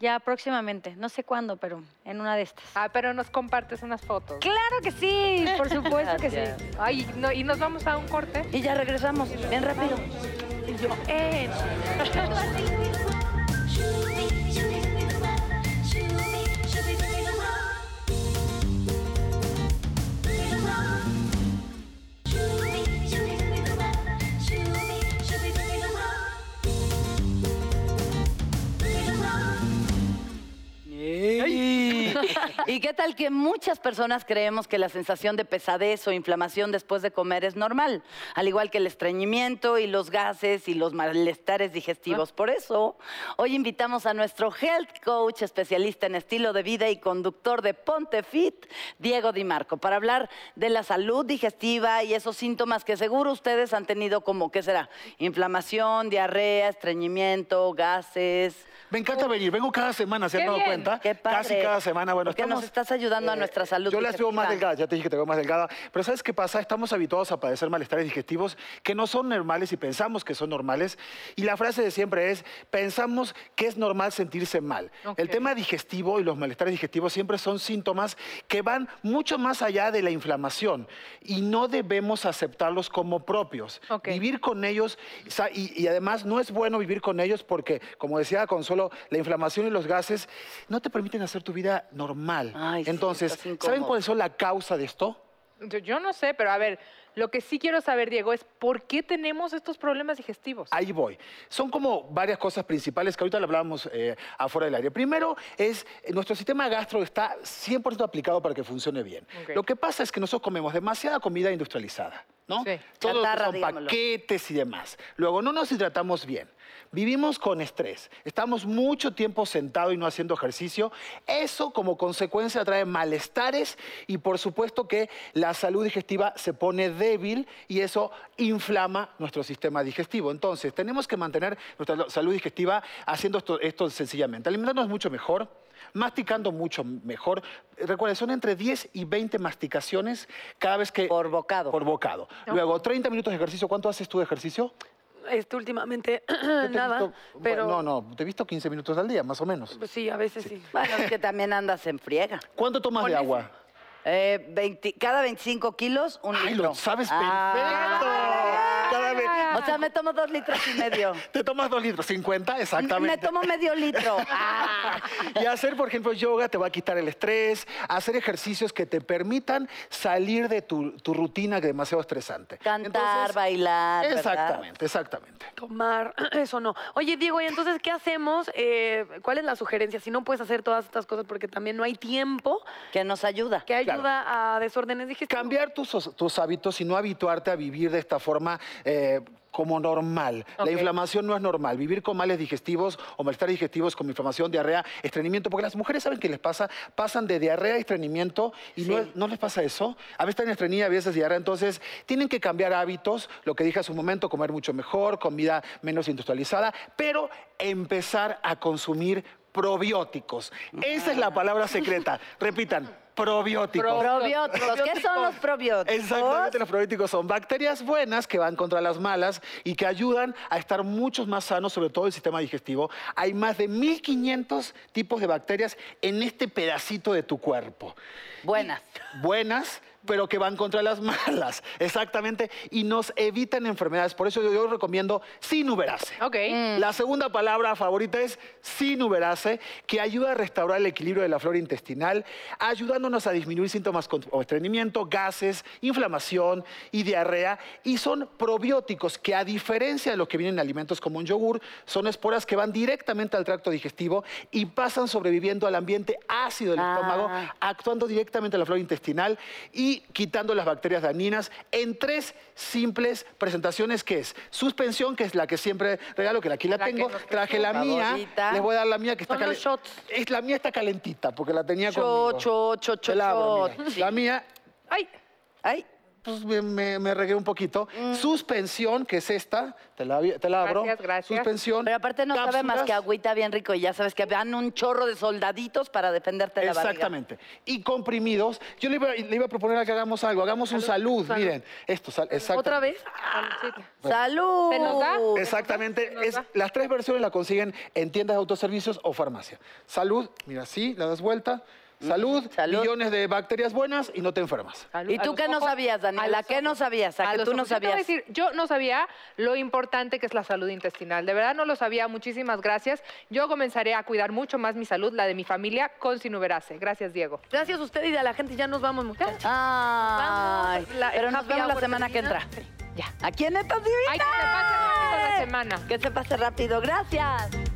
S2: Ya próximamente. No sé cuándo, pero en una de estas.
S5: Ah, pero nos compartes unas fotos.
S2: Claro que sí, por supuesto que sí.
S3: Gracias.
S5: Ay, no, y nos vamos a un corte.
S3: Y ya regresamos, bien rápido. Y yo, eh, ¡Ey! ¿Y qué tal que muchas personas creemos que la sensación de pesadez o inflamación después de comer es normal? Al igual que el estreñimiento y los gases y los malestares digestivos. Por eso, hoy invitamos a nuestro health coach, especialista en estilo de vida y conductor de Ponte Fit, Diego Di Marco, para hablar de la salud digestiva y esos síntomas que seguro ustedes han tenido como, ¿qué será? Inflamación, diarrea, estreñimiento, gases.
S7: Me encanta venir, vengo cada semana, ¿se
S5: ¡Qué
S7: han dado
S5: bien!
S7: cuenta?
S3: Qué padre.
S7: Casi cada semana, bueno,
S3: Porque nos estás ayudando a nuestra salud
S7: Eh, Yo las veo más
S3: digestiva.
S7: delgadas, ya te dije que te veo más delgada, pero ¿sabes qué pasa? Estamos habituados a padecer malestares digestivos que no son normales y pensamos que son normales. Y la frase de siempre es, pensamos que es normal sentirse mal.
S5: Ok.
S7: El tema digestivo y los malestares digestivos siempre son síntomas que van mucho más allá de la inflamación y no debemos aceptarlos como propios.
S5: Ok.
S7: Vivir vivir con ellos sa- y, y además no es bueno vivir con ellos porque, como decía Consuelo, la inflamación y los gases no te permiten hacer tu vida normal.
S3: Ay, sí,
S7: Entonces,
S3: estás incómodo.
S7: ¿saben cuáles son la causa de esto?
S5: Yo, yo no sé, pero a ver, lo que sí quiero saber, Diego, es por qué tenemos estos problemas digestivos.
S7: Ahí voy. Son como varias cosas principales que ahorita le hablábamos eh, afuera del aire. Primero es, eh, nuestro sistema gastro está 100% aplicado para que funcione bien.
S5: Ok.
S7: Lo que pasa es que nosotros comemos demasiada comida industrializada, ¿no?
S5: Sí.
S7: Todo lo que
S3: Chatarra,
S7: son
S3: digámoslo.
S7: paquetes y demás. Luego, no nos hidratamos bien. Vivimos con estrés, estamos mucho tiempo sentado y no haciendo ejercicio. Eso como consecuencia trae malestares y por supuesto que la salud digestiva se pone débil y eso inflama nuestro sistema digestivo. Entonces, tenemos que mantener nuestra lo- salud digestiva haciendo esto, esto sencillamente. Alimentarnos mucho mejor, masticando mucho mejor. Recuerden, son entre 10 y 20 masticaciones cada vez que...
S3: Por bocado.
S7: Por bocado. Luego, 30 minutos de ejercicio. ¿Cuánto haces tú de ejercicio?
S1: Este, últimamente,
S7: Yo te he
S1: nada.
S7: visto- bueno,
S1: pero
S7: no, no, te he visto 15 minutos al día, más o menos.
S1: pues sí, a veces sí.
S3: Bueno, es que también andas en friega.
S7: ¿Cuánto tomas de agua?
S3: Eh, 20 cada 25 kilos, un
S7: ¡Ay,
S3: litro.
S7: lo sabes perfecto!
S3: Ah.
S7: Cada vez-
S3: O sea, me tomo dos litros y medio.
S7: Te tomas dos litros, 50
S3: Me
S7: exactamente.
S3: tomo medio litro. Ah,
S7: Y hacer, por ejemplo, yoga te va a quitar el estrés, hacer ejercicios que te permitan salir de tu, tu rutina que es demasiado estresante.
S3: Cantar,
S7: Entonces,
S3: bailar. ¿verdad?
S7: Exactamente, exactamente.
S1: Tomar, eso no. Oye, Diego, ¿y entonces qué hacemos? Eh, ¿Cuál es la sugerencia? Si no puedes hacer todas estas cosas porque también no hay tiempo,
S3: Que nos ayuda.
S1: que ayuda
S7: Claro.
S1: a desórdenes digestivos?
S7: Cambiar tus, tus hábitos y no habituarte a vivir de esta forma eh, como normal.
S5: Ok.
S7: La inflamación no es normal. Vivir con males digestivos o malestares digestivos como inflamación, diarrea, estreñimiento, porque las mujeres saben que les pasa, pasan de diarrea a estreñimiento y no, es- no les pasa eso. A veces están estreñidas, a veces diarrea. Entonces, tienen que cambiar hábitos, lo que dije hace un momento, comer mucho mejor, comida menos industrializada, pero empezar a consumir probióticos. Esa es la palabra secreta. Repitan, Probióticos.
S3: Probióticos. ¿Qué son los probióticos?
S7: Exactamente, los probióticos son bacterias buenas que van contra las malas y que ayudan a estar muchos más sanos, sobre todo el sistema digestivo. Hay más de 1500 tipos de bacterias en este pedacito de tu cuerpo.
S3: Buenas.
S7: Buenas, pero que van contra las malas, exactamente, y nos evitan enfermedades. Por eso yo, yo recomiendo sinuberase.
S5: Ok.
S7: La segunda palabra favorita es sinuberase, que ayuda a restaurar el equilibrio de la flora intestinal, ayudándonos a disminuir síntomas como estreñimiento, gases, inflamación y diarrea. Y son probióticos que, a diferencia de los que vienen en alimentos como un yogur, son esporas que van directamente al tracto digestivo y pasan sobreviviendo al ambiente ácido del estómago, actuando directamente a la flora intestinal y quitando las bacterias dañinas en tres simples presentaciones que es suspensión, que es la que siempre regalo, que aquí la
S5: La que
S7: tengo,
S5: nos
S7: traje la
S3: presentó.
S7: mía,
S3: Favorita.
S7: les voy a dar la mía que está
S1: Son los
S7: calen-
S1: shots.
S7: Es la mía está calentita porque la tenía
S3: Cho,
S7: conmigo.
S3: cho, cho, cho,
S7: Te la abro,
S3: cho.
S7: mira. La mía
S5: Ay,
S3: Ay,
S7: pues me, me, me regué un poquito. Suspensión, que es esta, te la, vi- te la abro.
S5: Gracias, gracias.
S7: Suspensión.
S3: pero aparte no sabe más que
S7: cápsulas.
S3: agüita bien rico y ya sabes que van un chorro de soldaditos para defenderte de la barriga.
S7: Exactamente. Y comprimidos. Yo le iba, le iba a proponer a que hagamos algo. Hagamos un salud. Miren, esto, sal- exacto.
S5: ¿otra vez?
S3: ¡Salud!
S5: ¿Se nos da?
S7: Exactamente. Es, las tres versiones la consiguen en tiendas de autoservicios o farmacia. Salud, mira, así, la das vuelta. Salud,
S3: Salud.
S7: millones de bacterias buenas y no te enfermas.
S3: ¿Y tú qué no sabías, Daniela? ¿Qué no sabías? ¿A,
S5: A
S3: que
S5: los
S3: tú no
S5: ojos. Yo te voy a
S3: sabías?
S5: decir, yo no sabía lo importante que es la salud intestinal. De verdad no lo sabía. Muchísimas gracias. Yo comenzaré a cuidar mucho más mi salud, la de mi familia, con sinuberase. Gracias, Diego.
S1: Gracias a usted y a la gente. Ya nos vamos, muchachos.
S3: Ay,
S1: Vamos, la-
S3: pero
S1: el
S3: nos
S1: happy
S3: vemos la
S1: hour
S3: semana
S1: termina.
S3: que entra.
S5: Ya.
S3: ¿A quién estás ¡Eh!
S5: Hay que se pase rápido la semana.
S3: Que se pase rápido. Gracias.